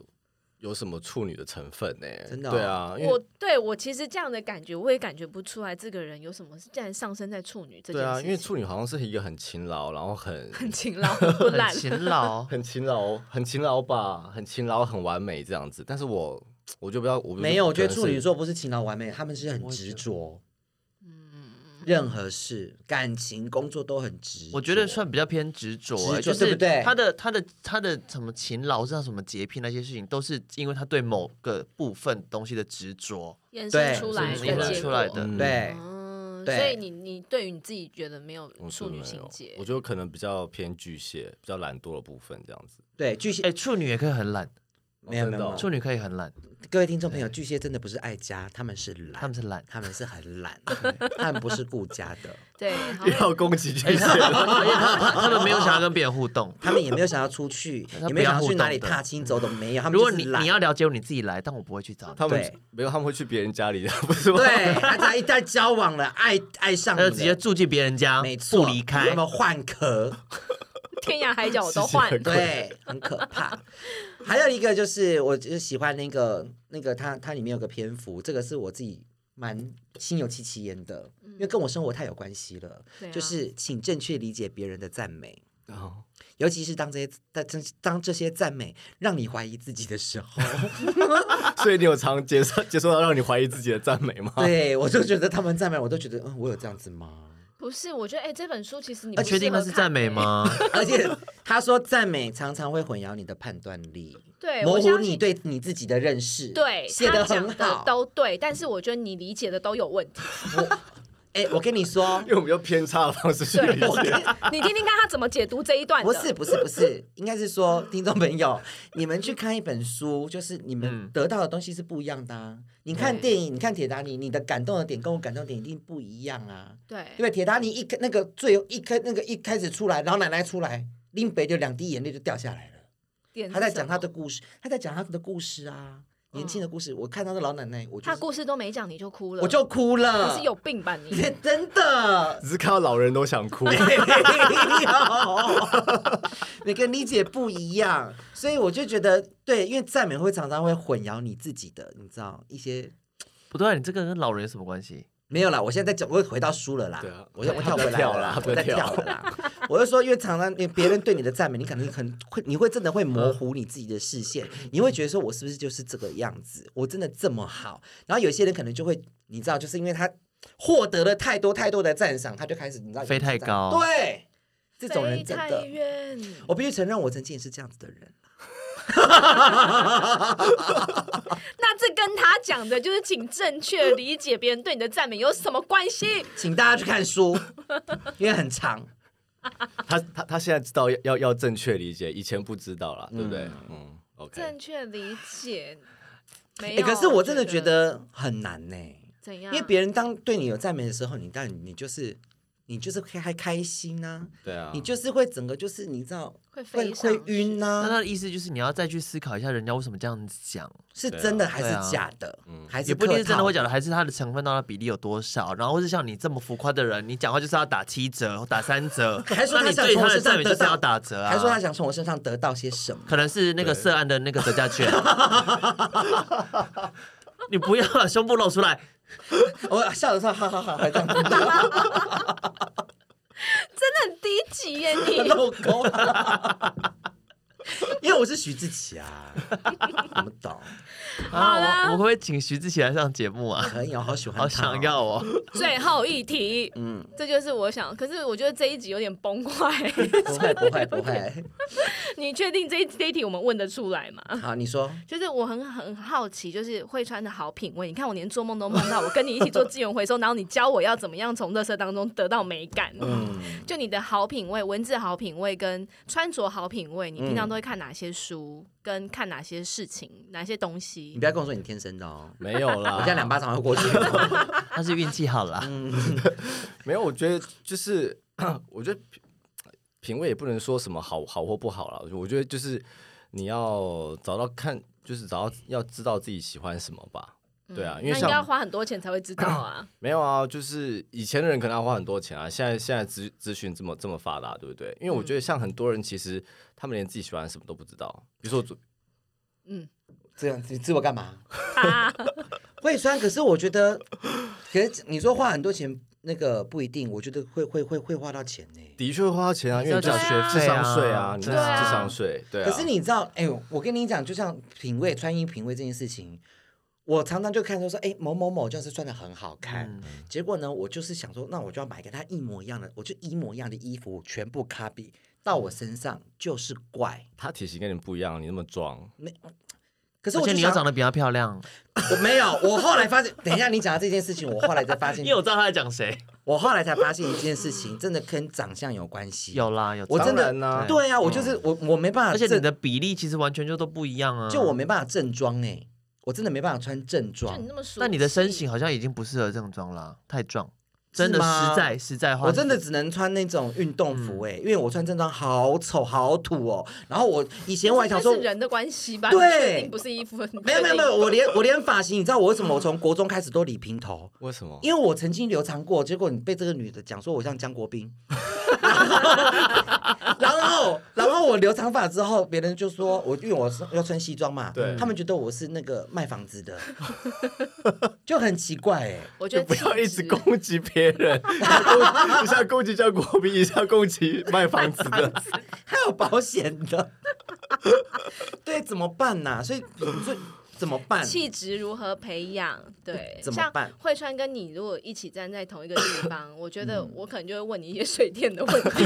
[SPEAKER 5] 有什么处女的成分呢、
[SPEAKER 6] 真的哦
[SPEAKER 5] 对啊，因
[SPEAKER 3] 我
[SPEAKER 5] 为
[SPEAKER 3] 对我其实这样的感觉，我也感觉不出来这个人有什么，竟然上升在处女这件
[SPEAKER 5] 对
[SPEAKER 3] 事
[SPEAKER 5] 啊，
[SPEAKER 3] 情
[SPEAKER 5] 因为处女好像是一个很勤劳，然后很，
[SPEAKER 3] 很勤劳，很不
[SPEAKER 4] 很
[SPEAKER 3] 懒，
[SPEAKER 4] 勤劳
[SPEAKER 5] 很勤劳、很勤劳吧，很勤劳、很完美这样子。但是我我就不知道，我不
[SPEAKER 6] 没有，我觉得
[SPEAKER 5] 可能
[SPEAKER 6] 处
[SPEAKER 5] 是
[SPEAKER 6] 女座不是勤劳完美，他们是很执着。任何事、感情、工作都很执着。
[SPEAKER 4] 我觉得算比较偏执着、
[SPEAKER 6] 执着
[SPEAKER 4] 欸，就
[SPEAKER 6] 对
[SPEAKER 4] 是
[SPEAKER 6] 不对
[SPEAKER 4] 他的他的他的什么勤劳，像什么洁癖那些事情，都是因为他对某个部分东西的执着，
[SPEAKER 3] 延
[SPEAKER 6] 对
[SPEAKER 3] 伸出来
[SPEAKER 4] 是
[SPEAKER 3] 的
[SPEAKER 4] 延伸
[SPEAKER 3] 结
[SPEAKER 4] 出
[SPEAKER 3] 果。
[SPEAKER 4] 来的。
[SPEAKER 5] 嗯
[SPEAKER 6] 对，
[SPEAKER 3] 嗯，
[SPEAKER 6] 对
[SPEAKER 3] 所以你你对于你自己觉得没有
[SPEAKER 5] 我觉
[SPEAKER 3] 处
[SPEAKER 5] 得
[SPEAKER 3] 女
[SPEAKER 5] 没
[SPEAKER 3] 情
[SPEAKER 5] 有
[SPEAKER 3] 节
[SPEAKER 5] 哦我，觉得可能比较偏巨蟹，比较懒惰的部分这样子。
[SPEAKER 6] 对，巨蟹、
[SPEAKER 4] 哎、处女也可以很懒，
[SPEAKER 6] 没有没
[SPEAKER 5] 真的
[SPEAKER 6] 有
[SPEAKER 5] 哦，
[SPEAKER 4] 处女可以很懒，
[SPEAKER 6] 各位听众朋友，巨蟹真的不是爱家，他们是懒，
[SPEAKER 4] 他们是懒。
[SPEAKER 6] 他们是很 懒，他们不是顾家的，
[SPEAKER 3] 对，然后
[SPEAKER 5] 不要攻击 巨
[SPEAKER 6] 哎
[SPEAKER 5] 蟹，
[SPEAKER 4] 他们没有想要跟别人互动。
[SPEAKER 6] 他们也没有想要出去，
[SPEAKER 4] 他
[SPEAKER 6] 也没有想要
[SPEAKER 4] 不要
[SPEAKER 6] 去
[SPEAKER 4] 互
[SPEAKER 6] 哪里
[SPEAKER 4] 动的
[SPEAKER 6] 踏青走都没有，他们
[SPEAKER 4] 如果
[SPEAKER 6] 就是
[SPEAKER 4] 你
[SPEAKER 6] 懒
[SPEAKER 4] 你要了解我，你自己来，但我不会去找你。
[SPEAKER 5] 他们
[SPEAKER 6] 对
[SPEAKER 5] 没有，他们会去别人家里的，不是吗？
[SPEAKER 6] 对，他他一旦交往了，爱爱上
[SPEAKER 4] 他就
[SPEAKER 6] 你了，
[SPEAKER 4] 呃直接住进别人家，
[SPEAKER 6] 没错，
[SPEAKER 4] 不离
[SPEAKER 6] 他
[SPEAKER 4] 开。
[SPEAKER 6] 们换壳，
[SPEAKER 3] 天涯海角我都换，
[SPEAKER 6] 对， 很可怕。还有一个就是，我就是喜欢那个那个它它里面有个篇幅，这个是我自己蛮心有戚戚焉的，因为跟我生活太有关系了。
[SPEAKER 3] 嗯对啊
[SPEAKER 6] 就是请正确理解别人的赞美，
[SPEAKER 5] 哦
[SPEAKER 6] 尤其是当这些当当当这些赞美让你怀疑自己的时 候，
[SPEAKER 5] 所以你有常接受接受到让你怀疑自己的赞美吗？
[SPEAKER 6] 对我就觉得他们赞美我都觉得，嗯，我有这样子吗？
[SPEAKER 3] 不是，我觉得哎、这本书其实你
[SPEAKER 4] 那
[SPEAKER 3] 不
[SPEAKER 4] 啊确定
[SPEAKER 3] 适合
[SPEAKER 4] 那是赞美
[SPEAKER 3] 看？
[SPEAKER 4] 吗？
[SPEAKER 6] 而且他说赞美常常会混淆你的判断力，
[SPEAKER 3] 对，
[SPEAKER 6] 模
[SPEAKER 3] 我
[SPEAKER 6] 糊
[SPEAKER 3] 相
[SPEAKER 6] 你
[SPEAKER 3] 信。
[SPEAKER 6] 对你自己的认识，
[SPEAKER 3] 对，
[SPEAKER 6] 写
[SPEAKER 3] 他
[SPEAKER 6] 的
[SPEAKER 3] 讲
[SPEAKER 6] 很
[SPEAKER 3] 的
[SPEAKER 6] 好。
[SPEAKER 3] 都对，但是我觉得你理解的都有问 题。
[SPEAKER 6] 哎、我跟你说
[SPEAKER 5] 因，为我们用偏差的方式去
[SPEAKER 3] 对
[SPEAKER 5] 理解。
[SPEAKER 3] 你听听看他怎么解读这一段的。
[SPEAKER 6] 不是不是不是，应该是说听众 朋友，你们去看一本书，就是你们
[SPEAKER 4] 嗯
[SPEAKER 6] 得到的东西是不一样的啊。你看电影，你看铁达尼，你的感动的点跟我感动的点一定不一样啊。
[SPEAKER 3] 对
[SPEAKER 6] 因为铁达尼一开那个最后一开那个一开始出来，老奶奶出来，林北就两滴眼泪就掉下来了。
[SPEAKER 3] 点是
[SPEAKER 6] 他在
[SPEAKER 3] 什
[SPEAKER 6] 讲
[SPEAKER 3] 么
[SPEAKER 6] 他的故事，他在讲他的故事啊，
[SPEAKER 3] 哦
[SPEAKER 6] 年轻的故事。我看到那老奶奶，我就
[SPEAKER 3] 他
[SPEAKER 6] 是
[SPEAKER 3] 故事都没讲，你就哭了，
[SPEAKER 6] 我就哭了。
[SPEAKER 3] 你是有病吧你？
[SPEAKER 6] 真的。
[SPEAKER 5] 只是看到老人都想哭，
[SPEAKER 6] 没有，每个人理解不一样，所以我就觉得对，因为赞美会常常会混淆你自己的，你知道一些
[SPEAKER 4] 不对啊，你这个跟老人有什么关系？
[SPEAKER 6] 没有啦。我现在在讲，我又回到书了啦，
[SPEAKER 5] 对啊
[SPEAKER 6] 我又我跳回来了啦，
[SPEAKER 5] 不要
[SPEAKER 6] 我在
[SPEAKER 5] 跳啦
[SPEAKER 6] 跳了啦。我就说，因为常常别人对你的赞美，你可能很会，你会真的会模糊你自己的视线，你会觉得说我是不是就是这个样子，我真的这么好？然后有些人可能就会，你知道，就是因为他获得了太多太多的赞赏，他就开始你知道
[SPEAKER 4] 飞太高
[SPEAKER 6] 对，这种人
[SPEAKER 3] 飞
[SPEAKER 6] 真
[SPEAKER 3] 太
[SPEAKER 6] 的。
[SPEAKER 3] 远，
[SPEAKER 6] 我必须承认，我曾经也是这样子的人。
[SPEAKER 3] 那这跟他讲的就是，请正确理解别人对你的赞美有什么关系？
[SPEAKER 6] 请大家去看书，因为很长。
[SPEAKER 5] 他他他现在知道要要要正确理解，以前不知道啦，对不对？嗯，OK，
[SPEAKER 3] 正确理解没
[SPEAKER 6] 哎、
[SPEAKER 3] 有、
[SPEAKER 6] 可是我真的
[SPEAKER 3] 觉
[SPEAKER 6] 觉得很难呢、
[SPEAKER 3] 怎样？
[SPEAKER 6] 因为别人当对你有赞美的时候，你当然你就是你就是开开心啊，
[SPEAKER 5] 对啊，
[SPEAKER 6] 你就是会整个就是你知道
[SPEAKER 3] 会
[SPEAKER 6] 会
[SPEAKER 3] 飞上
[SPEAKER 6] 会晕
[SPEAKER 4] 那
[SPEAKER 6] 呐、
[SPEAKER 4] 他
[SPEAKER 6] 啊，
[SPEAKER 4] 的意思就是你要再去思考一下人家为什么这样子讲，
[SPEAKER 6] 是真的还
[SPEAKER 4] 对啊
[SPEAKER 6] 是假的？还是
[SPEAKER 4] 也不一定是真的会
[SPEAKER 6] 假
[SPEAKER 4] 讲的，还是它的成分到底比例有多少，然后或是像你这么浮夸的人，你讲话就是要打七折、打三折，
[SPEAKER 6] 还说
[SPEAKER 4] 那
[SPEAKER 6] 他
[SPEAKER 4] 你
[SPEAKER 6] 想
[SPEAKER 4] 对
[SPEAKER 6] 从
[SPEAKER 4] 他
[SPEAKER 6] 我
[SPEAKER 4] 的
[SPEAKER 6] 身
[SPEAKER 4] 赞
[SPEAKER 6] 上
[SPEAKER 4] 美
[SPEAKER 6] 得
[SPEAKER 4] 就是要
[SPEAKER 6] 到
[SPEAKER 4] 打折啊，
[SPEAKER 6] 还说他想从我身上得到些什么？
[SPEAKER 4] 可能是那个涉案的那个折价 券， 你不要把胸部露出来，
[SPEAKER 6] 我笑的时候，哈哈哈，还这样子
[SPEAKER 3] 很低级 耶！你
[SPEAKER 6] 漏沟，因为我是徐志奇啊，我们懂，
[SPEAKER 3] 好了
[SPEAKER 4] 啊，我我会不会请徐志奇来上节目啊？
[SPEAKER 6] 可以，我好喜欢他、
[SPEAKER 4] 好想要。 哦！
[SPEAKER 3] 最后一题，
[SPEAKER 6] 嗯，
[SPEAKER 3] 这就是我想。可是我觉得这一集有点崩坏。
[SPEAKER 6] 不会不会不会，
[SPEAKER 3] 你确定这一这一题我们问得出来吗？
[SPEAKER 6] 好，你说，
[SPEAKER 3] 就是我很很好奇，就是会穿的好品味。你看我连做梦都梦到我跟你一起做资 源回收，然后你教我要怎么样从垃圾当中得到美感。
[SPEAKER 6] 嗯，
[SPEAKER 3] 就你的好品味、文字好品味跟穿着好品味，你平常都会看哪些书，跟看哪些事情、哪些东西
[SPEAKER 6] 你？不要跟我说你天生的哦，
[SPEAKER 5] 没有啦，
[SPEAKER 6] 我现在两巴掌会过去。
[SPEAKER 4] 他是运气好啦，嗯
[SPEAKER 5] 没有，我觉得就是， 我觉得品品味也不能说什么好好或不好了。我觉得就是你要找到看，就是找到要知道自己喜欢什么吧。对啊，因为
[SPEAKER 3] 嗯那应该要
[SPEAKER 5] 像
[SPEAKER 3] 花很多钱才会知道啊。
[SPEAKER 5] 没有啊，就是以前的人可能要花很多钱啊，现在现在资资讯这么这么发达，对不对？因为我觉得
[SPEAKER 4] 嗯
[SPEAKER 5] 像很多人其实他们连自己喜欢什么都不知道。比如说我昨，
[SPEAKER 6] 这样你自我干嘛？
[SPEAKER 3] 啊，
[SPEAKER 6] 会酸，可是我觉得，可是你说花很多钱，那个不一定，我觉得会会会会花到钱呢、
[SPEAKER 5] 的确会花钱啊，因为
[SPEAKER 4] 要
[SPEAKER 5] 你
[SPEAKER 4] 交
[SPEAKER 5] 知道
[SPEAKER 4] 学
[SPEAKER 5] 智
[SPEAKER 4] 费啊
[SPEAKER 5] 商税啊，你知
[SPEAKER 4] 对
[SPEAKER 5] 道
[SPEAKER 3] 啊
[SPEAKER 5] 智商税，对啊。
[SPEAKER 6] 可是你知道，哎、呦，我跟你讲，就像品味、穿衣品味这件事情，我常常就看到说，哎、某某某就是穿的很好看，结果呢，我就是想说，那我就要买跟他一模一样的，我就一模一样的衣服全部 copy 到我身上，就是怪。
[SPEAKER 5] 他体型跟你不一样，你那么壮，
[SPEAKER 6] 可是
[SPEAKER 4] 而
[SPEAKER 6] 我
[SPEAKER 4] 且
[SPEAKER 6] 就
[SPEAKER 4] 你又
[SPEAKER 6] 想
[SPEAKER 4] 长得比他漂亮，
[SPEAKER 6] 我 没有，我后来发现，等一下你讲到这件事情，我后来才发 现
[SPEAKER 4] 因为，我知道他在讲谁。
[SPEAKER 6] 我后来才发现一件事情，真的跟长相有关系。
[SPEAKER 4] 有啦，有
[SPEAKER 6] 我真的
[SPEAKER 5] 当然啦
[SPEAKER 6] 对啊，我就是我，我没办法
[SPEAKER 4] 而且
[SPEAKER 6] 正，
[SPEAKER 4] 你的比例其实完全就都不一样啊。
[SPEAKER 6] 就我没办法正装哎、我真的没办法穿正
[SPEAKER 3] 就
[SPEAKER 6] 装
[SPEAKER 3] 你，那么熟，
[SPEAKER 4] 那你的身形好像已经不适合正装啦，太壮，真的
[SPEAKER 6] 是吗
[SPEAKER 4] 实在实在话，
[SPEAKER 6] 我真的只能穿那种运动服
[SPEAKER 4] 嗯
[SPEAKER 6] 哎、因为我穿正装好丑好土哦。然后我以前我还想说
[SPEAKER 3] 这是。人的关系吧？
[SPEAKER 6] 对
[SPEAKER 3] 你确定不是衣服，你
[SPEAKER 6] 没有没有没有，我连我连发型，你知道我为什么我从国中开始都理平头？
[SPEAKER 5] 为什么？
[SPEAKER 6] 因为我曾经留长过，结果你被这个女的讲说我像江国斌， 然后然后我留长发之后，别人就说我因为我是要穿西装嘛，
[SPEAKER 5] 对
[SPEAKER 6] 他们觉得我是那个卖房子的，就很奇怪哎、
[SPEAKER 3] 我觉
[SPEAKER 5] 就
[SPEAKER 3] 得
[SPEAKER 5] 不要一
[SPEAKER 3] 气
[SPEAKER 5] 直
[SPEAKER 3] 质
[SPEAKER 5] 攻击别人，一下攻一下攻击叫国民，一下攻击卖房子的。
[SPEAKER 6] 还有保险的， 对，怎么办呐、所以所以怎么办？
[SPEAKER 3] 气质如何培养？对，
[SPEAKER 6] 怎么
[SPEAKER 3] 像
[SPEAKER 6] 办
[SPEAKER 3] 慧川跟你如果一起站在同一个地方，我觉
[SPEAKER 6] 嗯
[SPEAKER 3] 得我可能就会问你一些水电的问 题，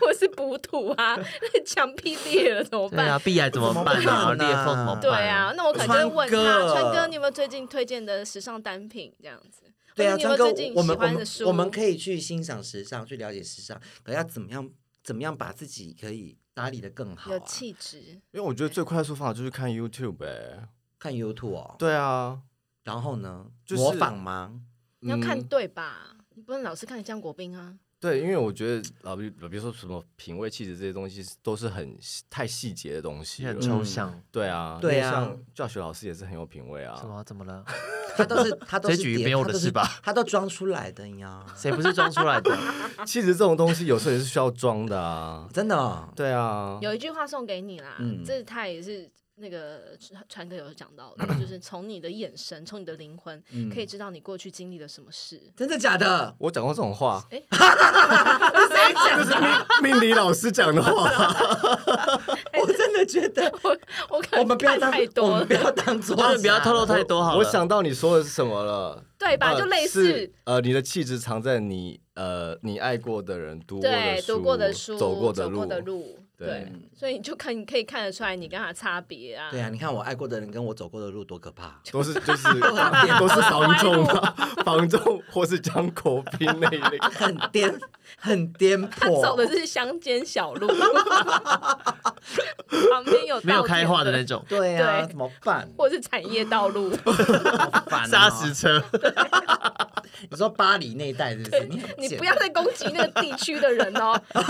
[SPEAKER 3] 或是补土啊，那墙壁裂了怎么
[SPEAKER 4] 对啊，
[SPEAKER 3] 办？
[SPEAKER 4] 壁癌怎么办
[SPEAKER 6] 怎么办
[SPEAKER 4] 啊？
[SPEAKER 6] 啊
[SPEAKER 4] 裂缝怎么办？
[SPEAKER 3] 对啊，，那我可能就会问
[SPEAKER 6] 川
[SPEAKER 3] 他，
[SPEAKER 6] 哥
[SPEAKER 3] 川哥，你有没有最近推荐的时尚单品这样子？
[SPEAKER 6] 对啊，
[SPEAKER 3] 或者你有没有
[SPEAKER 6] 川哥，
[SPEAKER 3] 最
[SPEAKER 6] 我
[SPEAKER 3] 近
[SPEAKER 6] 我
[SPEAKER 3] 喜
[SPEAKER 6] 们我
[SPEAKER 3] 欢的
[SPEAKER 6] 们
[SPEAKER 3] 书？
[SPEAKER 6] 我们可以去欣赏时尚，去了解时尚，可要怎么样怎么样把自己可以打理的更好、啊
[SPEAKER 3] 有？气质，
[SPEAKER 5] 因为我觉得最快速方法就是看 YouTube 哎、
[SPEAKER 6] 看 YouTube 哦，
[SPEAKER 5] 对啊，
[SPEAKER 6] 然后呢，
[SPEAKER 5] 就是
[SPEAKER 6] 模仿吗？
[SPEAKER 3] 你要看
[SPEAKER 5] 嗯
[SPEAKER 3] 对吧？你不能老是看江国斌啊。
[SPEAKER 5] 对，因为我觉得老比比如说什么品味、气质这些东西都是很太细节的东西
[SPEAKER 4] 很
[SPEAKER 5] 了。
[SPEAKER 4] 抽象。
[SPEAKER 5] 对啊，
[SPEAKER 6] 对啊
[SPEAKER 5] 因为像教学老师也是很有品味
[SPEAKER 4] 什
[SPEAKER 5] 啊。
[SPEAKER 4] 么？怎么了？
[SPEAKER 6] 他都是他都是
[SPEAKER 4] 这局
[SPEAKER 6] 叠
[SPEAKER 4] 没有
[SPEAKER 6] 他
[SPEAKER 4] 的
[SPEAKER 6] 都
[SPEAKER 4] 是吧
[SPEAKER 6] 他都装出来的呀，
[SPEAKER 4] 谁不是装出 来的？
[SPEAKER 5] 气质这种东西有时候也是需要装的啊。
[SPEAKER 6] 真的哦、
[SPEAKER 5] 对啊，
[SPEAKER 3] 有一句话送给你啦，
[SPEAKER 6] 嗯
[SPEAKER 3] 这他也是那个川川哥有讲到的，就是从你的眼神，从你的灵魂，可以知道你过去经历了什么 事。
[SPEAKER 6] 真的假的？
[SPEAKER 5] 我讲过这种 话，
[SPEAKER 6] 谁讲的？
[SPEAKER 5] 命理老师讲的话。
[SPEAKER 6] 我真的觉 得
[SPEAKER 3] 我我可
[SPEAKER 6] 我
[SPEAKER 3] 能
[SPEAKER 6] 们不要
[SPEAKER 3] 看
[SPEAKER 6] 当
[SPEAKER 3] 太
[SPEAKER 6] 我
[SPEAKER 3] 多
[SPEAKER 6] 们
[SPEAKER 3] 了
[SPEAKER 6] 不，要当做
[SPEAKER 4] 真的不要透露太多好了。
[SPEAKER 5] 我想到你说的是什么了。
[SPEAKER 3] 对吧？
[SPEAKER 5] 呃
[SPEAKER 3] 就类
[SPEAKER 5] 是
[SPEAKER 3] 似
[SPEAKER 5] 呃，你的气质藏在你呃你爱过的人读过的
[SPEAKER 3] 对
[SPEAKER 5] 书
[SPEAKER 3] 读过的书、
[SPEAKER 5] 走过
[SPEAKER 3] 走
[SPEAKER 5] 路，
[SPEAKER 3] 过的路，对
[SPEAKER 5] 对，，
[SPEAKER 3] 所以你就看你可以看得出来你跟他差别啊。
[SPEAKER 6] 对啊，你看我爱过的人跟我走过的路多可怕。
[SPEAKER 5] 都是 就是 都是房仲啊， 房仲或是江口斌那一类。
[SPEAKER 6] 很颠，很颠
[SPEAKER 3] 他走的
[SPEAKER 6] 簸。
[SPEAKER 3] 是乡间小路，旁边有
[SPEAKER 4] 没有
[SPEAKER 3] 稻田
[SPEAKER 4] 开化的那， 种
[SPEAKER 6] 对啊，
[SPEAKER 3] 对
[SPEAKER 6] 怎么办？
[SPEAKER 3] 或是产业道路。
[SPEAKER 6] 好烦 哦
[SPEAKER 4] 砂石车，
[SPEAKER 6] 你说巴黎那一带是不是？你
[SPEAKER 3] 你
[SPEAKER 6] 你
[SPEAKER 3] 不要再攻击那个地区的人哦，对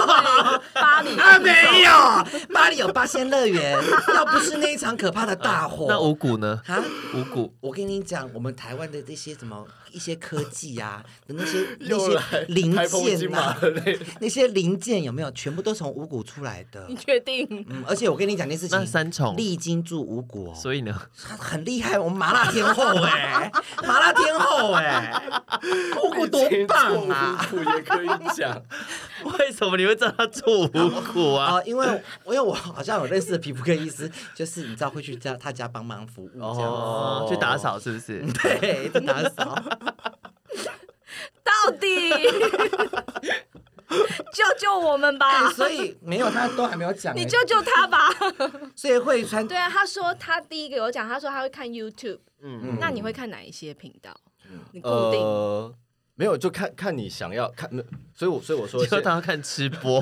[SPEAKER 3] 巴黎
[SPEAKER 6] 啊，没有，巴黎有八仙乐园，要不是那一场可怕的大火，
[SPEAKER 4] 那五谷 呢？
[SPEAKER 6] 啊。
[SPEAKER 4] 五谷
[SPEAKER 6] 我跟你讲，我们台湾的这些什么一些科技 啊，的那些那
[SPEAKER 5] 又来
[SPEAKER 6] 些零
[SPEAKER 5] 开封金
[SPEAKER 6] 件
[SPEAKER 5] 马
[SPEAKER 6] 啊，
[SPEAKER 5] 的 类，
[SPEAKER 6] 那些零件有没有全部都从五谷出来的
[SPEAKER 3] 你？确定？
[SPEAKER 6] 嗯，而且我跟你讲件事
[SPEAKER 4] 那
[SPEAKER 6] 情，
[SPEAKER 4] 三重，
[SPEAKER 6] 历经住五谷哦，
[SPEAKER 4] 所以呢？
[SPEAKER 6] 他很厉害，我们麻辣天后 哎、麻辣天后哎、姑姑多 棒啊！
[SPEAKER 5] 五谷也可以讲，
[SPEAKER 4] 为什么你会叫他做五谷
[SPEAKER 6] 啊、
[SPEAKER 4] 啊？
[SPEAKER 6] 因为因为我好像有认识的皮肤科医师，就是你知道会去家他家帮忙服务这样子，嗯
[SPEAKER 4] 哦，去打扫是不 是？
[SPEAKER 6] 对，就打扫。
[SPEAKER 3] 到底 救救我们吧！
[SPEAKER 6] 哎所以没有他都还没有讲、
[SPEAKER 3] 你
[SPEAKER 6] 哎
[SPEAKER 3] 救救他吧！
[SPEAKER 6] 所以会 穿
[SPEAKER 3] 对啊，他说他第一个有讲，他说他会看 YouTube，
[SPEAKER 4] 嗯，
[SPEAKER 3] 那你会看哪一些频道？你固定、
[SPEAKER 5] 呃，没有，就看看你想要看，所以我所以我说
[SPEAKER 4] 就
[SPEAKER 5] 现
[SPEAKER 4] 他要看吃播，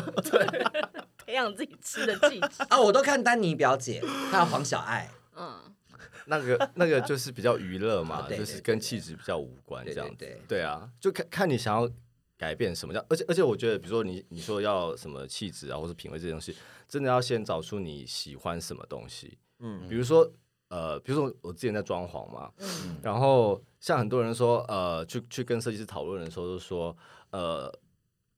[SPEAKER 3] 培养自己吃的技巧？
[SPEAKER 6] 啊，我都看丹尼表姐，还有黄小爱，
[SPEAKER 3] 嗯，
[SPEAKER 5] 那个那个就是比较娱乐嘛，
[SPEAKER 6] 对对
[SPEAKER 5] 就是跟气质比较无关
[SPEAKER 6] 对
[SPEAKER 5] 这
[SPEAKER 6] 对
[SPEAKER 5] 样子。
[SPEAKER 6] 对
[SPEAKER 5] 对啊，就看看你想要改变什么样，而且而且我觉得，比如说你你说要什么气质啊，或者品味这些东西，真的要先找出你喜欢什么东西。嗯，比如说呃，比如说我之前在装潢嘛，
[SPEAKER 6] 嗯
[SPEAKER 3] 嗯
[SPEAKER 5] 然后像很多人说呃，去去跟设计师讨论的时候，就说呃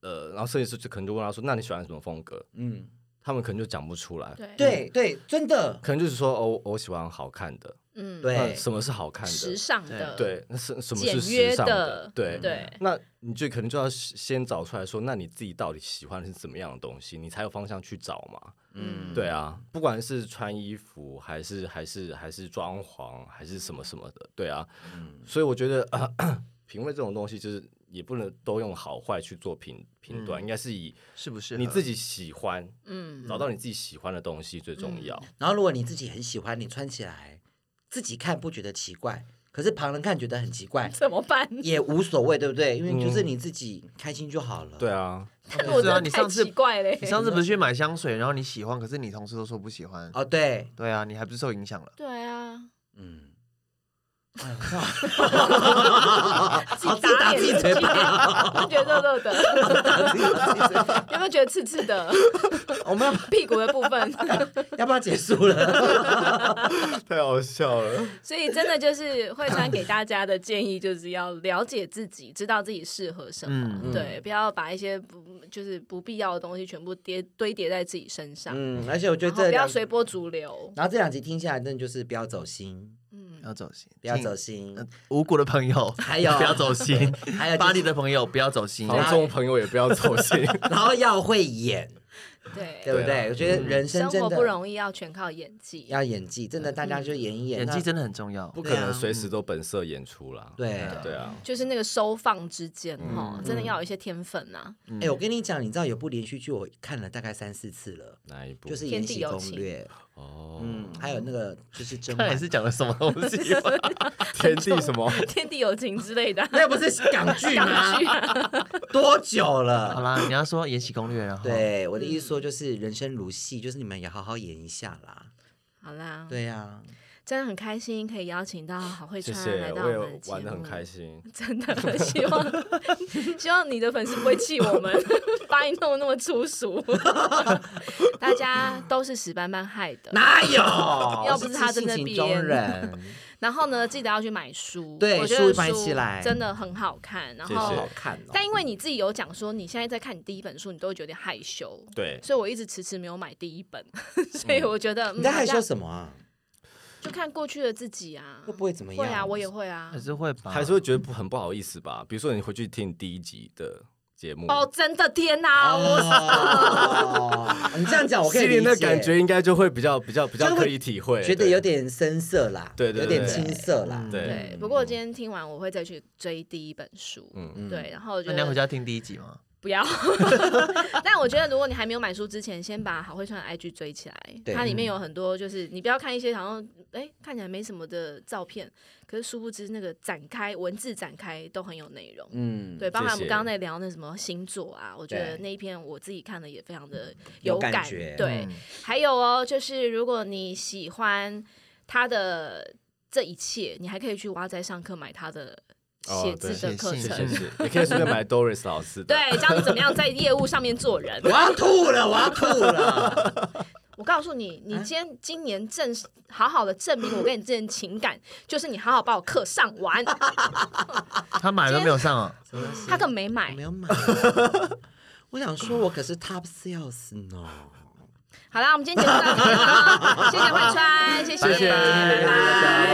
[SPEAKER 5] 呃，然后设计师就可能就问他说，那你喜欢什么风格？
[SPEAKER 6] 嗯，
[SPEAKER 5] 他们可能就讲不出来，
[SPEAKER 3] 对，
[SPEAKER 6] 对对，真的，
[SPEAKER 5] 可能就是说哦，我我喜欢好看的。
[SPEAKER 3] 嗯，
[SPEAKER 5] 那
[SPEAKER 6] 对，
[SPEAKER 5] 什么是好看的？
[SPEAKER 3] 时尚的，
[SPEAKER 5] 对，那是什么
[SPEAKER 3] 简
[SPEAKER 5] 是
[SPEAKER 3] 约
[SPEAKER 5] 时尚
[SPEAKER 3] 的
[SPEAKER 5] 对
[SPEAKER 3] 对
[SPEAKER 5] 那你就可能就要先找出来说，那你自己到底喜欢的是怎么样的东西，你才有方向去找嘛。
[SPEAKER 6] 嗯，
[SPEAKER 5] 对啊，不管是穿衣服，还是还是还是装潢，还是什么什么的，对啊。
[SPEAKER 6] 嗯
[SPEAKER 5] 所以我觉得、 呃品味这种东西，就是也不能都用好坏去做评评
[SPEAKER 6] 嗯
[SPEAKER 5] 断，应该是以
[SPEAKER 4] 是不是？
[SPEAKER 5] 你自己喜欢，
[SPEAKER 3] 嗯，
[SPEAKER 5] 找到你自己喜欢的东西最重要。
[SPEAKER 6] 然后如果你自己很喜欢，你穿起来自己看不觉得奇怪，可是旁人看觉得很奇怪，
[SPEAKER 3] 怎么办？
[SPEAKER 6] 也无所谓，对不对？因为就是你自己开心就好了。
[SPEAKER 5] 对啊，
[SPEAKER 3] 我
[SPEAKER 4] 是啊
[SPEAKER 3] 真的
[SPEAKER 4] 你
[SPEAKER 3] 太
[SPEAKER 4] 上次
[SPEAKER 3] 奇怪嘞
[SPEAKER 4] 你。上次不是去买香水，然后你喜欢，可是你同事都说不喜欢。
[SPEAKER 6] 哦，对，
[SPEAKER 4] 对啊，你还不是受影响了？
[SPEAKER 3] 对啊，
[SPEAKER 6] 嗯，
[SPEAKER 3] 自己打脸自己，就觉得热热的， 有没有觉得刺刺的？
[SPEAKER 6] 我们
[SPEAKER 3] 屁股的部分，
[SPEAKER 6] 要要不要结束了？
[SPEAKER 5] 太好笑了。
[SPEAKER 3] 所以真的就是慧川给大家的建议，就是要了解自己，知道自己适合什么，
[SPEAKER 4] 嗯
[SPEAKER 3] 对，不要把一些不就是不必要的东西全部叠堆叠在自己身上，
[SPEAKER 6] 嗯，而且我觉
[SPEAKER 3] 然
[SPEAKER 6] 得
[SPEAKER 3] 后
[SPEAKER 6] 这
[SPEAKER 3] 不要
[SPEAKER 6] 两，
[SPEAKER 3] 随波逐流。
[SPEAKER 6] 然后这两集听下来，真的就是不要走心，
[SPEAKER 3] 嗯，
[SPEAKER 4] 要走心，
[SPEAKER 6] 不要走
[SPEAKER 4] 心。
[SPEAKER 6] 心。
[SPEAKER 4] 呃五谷的朋友，
[SPEAKER 6] 还有
[SPEAKER 4] 不要走心。
[SPEAKER 6] 还有就是
[SPEAKER 4] 巴黎的朋友，不要走心。
[SPEAKER 5] 房中朋友也不要走 心。
[SPEAKER 6] 然后要会演，对
[SPEAKER 3] 对，
[SPEAKER 6] 不对？
[SPEAKER 5] 对啊
[SPEAKER 6] 我觉得人
[SPEAKER 3] 嗯
[SPEAKER 6] 生
[SPEAKER 3] 生
[SPEAKER 6] 真
[SPEAKER 3] 活
[SPEAKER 6] 的
[SPEAKER 3] 不容易，要全靠演技。
[SPEAKER 6] 要演技，真
[SPEAKER 3] 嗯
[SPEAKER 6] 的大家就演一演，
[SPEAKER 4] 演技
[SPEAKER 6] 那
[SPEAKER 4] 真的很重要。
[SPEAKER 5] 不
[SPEAKER 6] 对
[SPEAKER 5] 可
[SPEAKER 6] 啊
[SPEAKER 5] 能随时都本色演出啦。
[SPEAKER 6] 对。
[SPEAKER 5] 对啊，
[SPEAKER 3] 就是那个收放之间
[SPEAKER 6] 嗯
[SPEAKER 3] 哈，真的要有一些天分啊呐。
[SPEAKER 6] 哎、我跟你讲，你知道有部连续剧我看了大概三四次了，
[SPEAKER 5] 哪一部？
[SPEAKER 6] 就是《
[SPEAKER 3] 天
[SPEAKER 6] 延
[SPEAKER 3] 地
[SPEAKER 6] 禧
[SPEAKER 3] 有
[SPEAKER 6] 攻
[SPEAKER 3] 情
[SPEAKER 6] 略》，
[SPEAKER 5] 哦，
[SPEAKER 6] 嗯，还有那个就是甄
[SPEAKER 4] 看
[SPEAKER 6] 嬛
[SPEAKER 4] 你是讲了什么东西？
[SPEAKER 5] 天地什
[SPEAKER 6] ，
[SPEAKER 5] 么？
[SPEAKER 3] 天地有情之类的
[SPEAKER 6] 那不是港 剧吗？
[SPEAKER 3] 啊
[SPEAKER 6] 多久
[SPEAKER 4] 好
[SPEAKER 6] 了？
[SPEAKER 4] 啦，你要说《延禧攻略》，然啊后
[SPEAKER 6] 对，我的
[SPEAKER 3] 嗯
[SPEAKER 6] 意思说就是人生如戏，就是你们也好好演一下啦。
[SPEAKER 3] 好啦，
[SPEAKER 6] 对呀、
[SPEAKER 3] 真的很开心可以邀请到好慧
[SPEAKER 5] 谢
[SPEAKER 3] 川
[SPEAKER 5] 谢
[SPEAKER 3] 来，到
[SPEAKER 5] 我
[SPEAKER 3] 我
[SPEAKER 5] 也
[SPEAKER 3] 们的节目，
[SPEAKER 5] 玩的很开心。
[SPEAKER 6] 嗯
[SPEAKER 3] 真的希望 希望你的粉丝不会气我们 把你弄得那么粗俗， 大家都是史斑斑害的。
[SPEAKER 6] 哪有？
[SPEAKER 3] 要不是他真的
[SPEAKER 6] 性
[SPEAKER 3] 变
[SPEAKER 6] 情 中人，
[SPEAKER 3] 然后呢，记得要去买书，
[SPEAKER 6] 对
[SPEAKER 3] 我觉得
[SPEAKER 6] 书买起来
[SPEAKER 3] 真的很好看。然
[SPEAKER 5] 谢
[SPEAKER 3] 后，
[SPEAKER 5] 谢
[SPEAKER 6] 好看哦。
[SPEAKER 3] 但因为你自己有讲说你现在在看你第一本书，你都会觉得害羞，
[SPEAKER 5] 对，
[SPEAKER 3] 所以我一直迟迟没有买第一本， 所以我觉得
[SPEAKER 6] 你在害羞
[SPEAKER 3] 嗯
[SPEAKER 6] 什么啊？
[SPEAKER 3] 就看过去的自己啊，
[SPEAKER 6] 会不会怎么样？哦
[SPEAKER 3] 会啊，我也会啊
[SPEAKER 4] 还。是会
[SPEAKER 6] 嗯
[SPEAKER 4] 吧，
[SPEAKER 5] 还是会觉得不很不好意思吧？比如说你回去听第一集的节目，
[SPEAKER 3] 哦，真的天哪、我
[SPEAKER 6] 哦，你这样讲我可以
[SPEAKER 5] 心
[SPEAKER 6] 理
[SPEAKER 5] 里
[SPEAKER 6] 解
[SPEAKER 5] 的感觉应该就会比较比较比较
[SPEAKER 6] 就会
[SPEAKER 5] 可以体会，
[SPEAKER 6] 觉得
[SPEAKER 5] 哎对
[SPEAKER 6] 有点深色啦，
[SPEAKER 5] 对对
[SPEAKER 6] 有
[SPEAKER 5] 对
[SPEAKER 6] 点青涩啦。
[SPEAKER 5] 对
[SPEAKER 3] 对，不过今天听完我会再去追第一本书，
[SPEAKER 5] 嗯
[SPEAKER 6] 嗯
[SPEAKER 3] 对，然后我觉
[SPEAKER 4] 那你要回
[SPEAKER 3] 得
[SPEAKER 4] 家听第一集吗？
[SPEAKER 3] 不要。 但我觉得，如果你还没有买书之前，先把好会穿的 IG 追起来，
[SPEAKER 6] 对
[SPEAKER 3] 它里面有很多，就是你不要看一些好像哎看起来没什么的照片，可是殊不知那个展开文字展开都很有内容。
[SPEAKER 6] 嗯，
[SPEAKER 3] 对，包含我
[SPEAKER 5] 谢
[SPEAKER 3] 们
[SPEAKER 5] 谢
[SPEAKER 3] 刚刚在聊那什么星座啊，我觉得
[SPEAKER 6] 对
[SPEAKER 3] 那一篇我自己看的也非常的
[SPEAKER 6] 有
[SPEAKER 3] 感。
[SPEAKER 6] 感觉
[SPEAKER 3] 对，
[SPEAKER 4] 嗯
[SPEAKER 3] 还有哦，就是如果你喜欢他的这一切，你还可以去哇在上课买他的
[SPEAKER 5] 哦
[SPEAKER 3] 写字
[SPEAKER 5] 对
[SPEAKER 3] 的课
[SPEAKER 4] 写
[SPEAKER 5] 谢
[SPEAKER 4] 信
[SPEAKER 3] 程。
[SPEAKER 5] 谢谢，也可以顺便买 Doris 老师 的。
[SPEAKER 3] 对，教你怎么样在业务上面做人。
[SPEAKER 6] 我要吐了，我要吐 了。
[SPEAKER 3] 我告诉你，你今天今年证好好的证明我跟你之间的情感，就是你好好把我课上完，
[SPEAKER 4] 他买了都没有上啊，
[SPEAKER 3] 他更没
[SPEAKER 6] 我
[SPEAKER 3] 买
[SPEAKER 6] 没。有买。 我想说，我可是 top sales 呢。
[SPEAKER 3] 好啦，我们今天节目到这边了，谢谢慧川，谢谢，
[SPEAKER 5] 谢谢
[SPEAKER 3] 拜拜。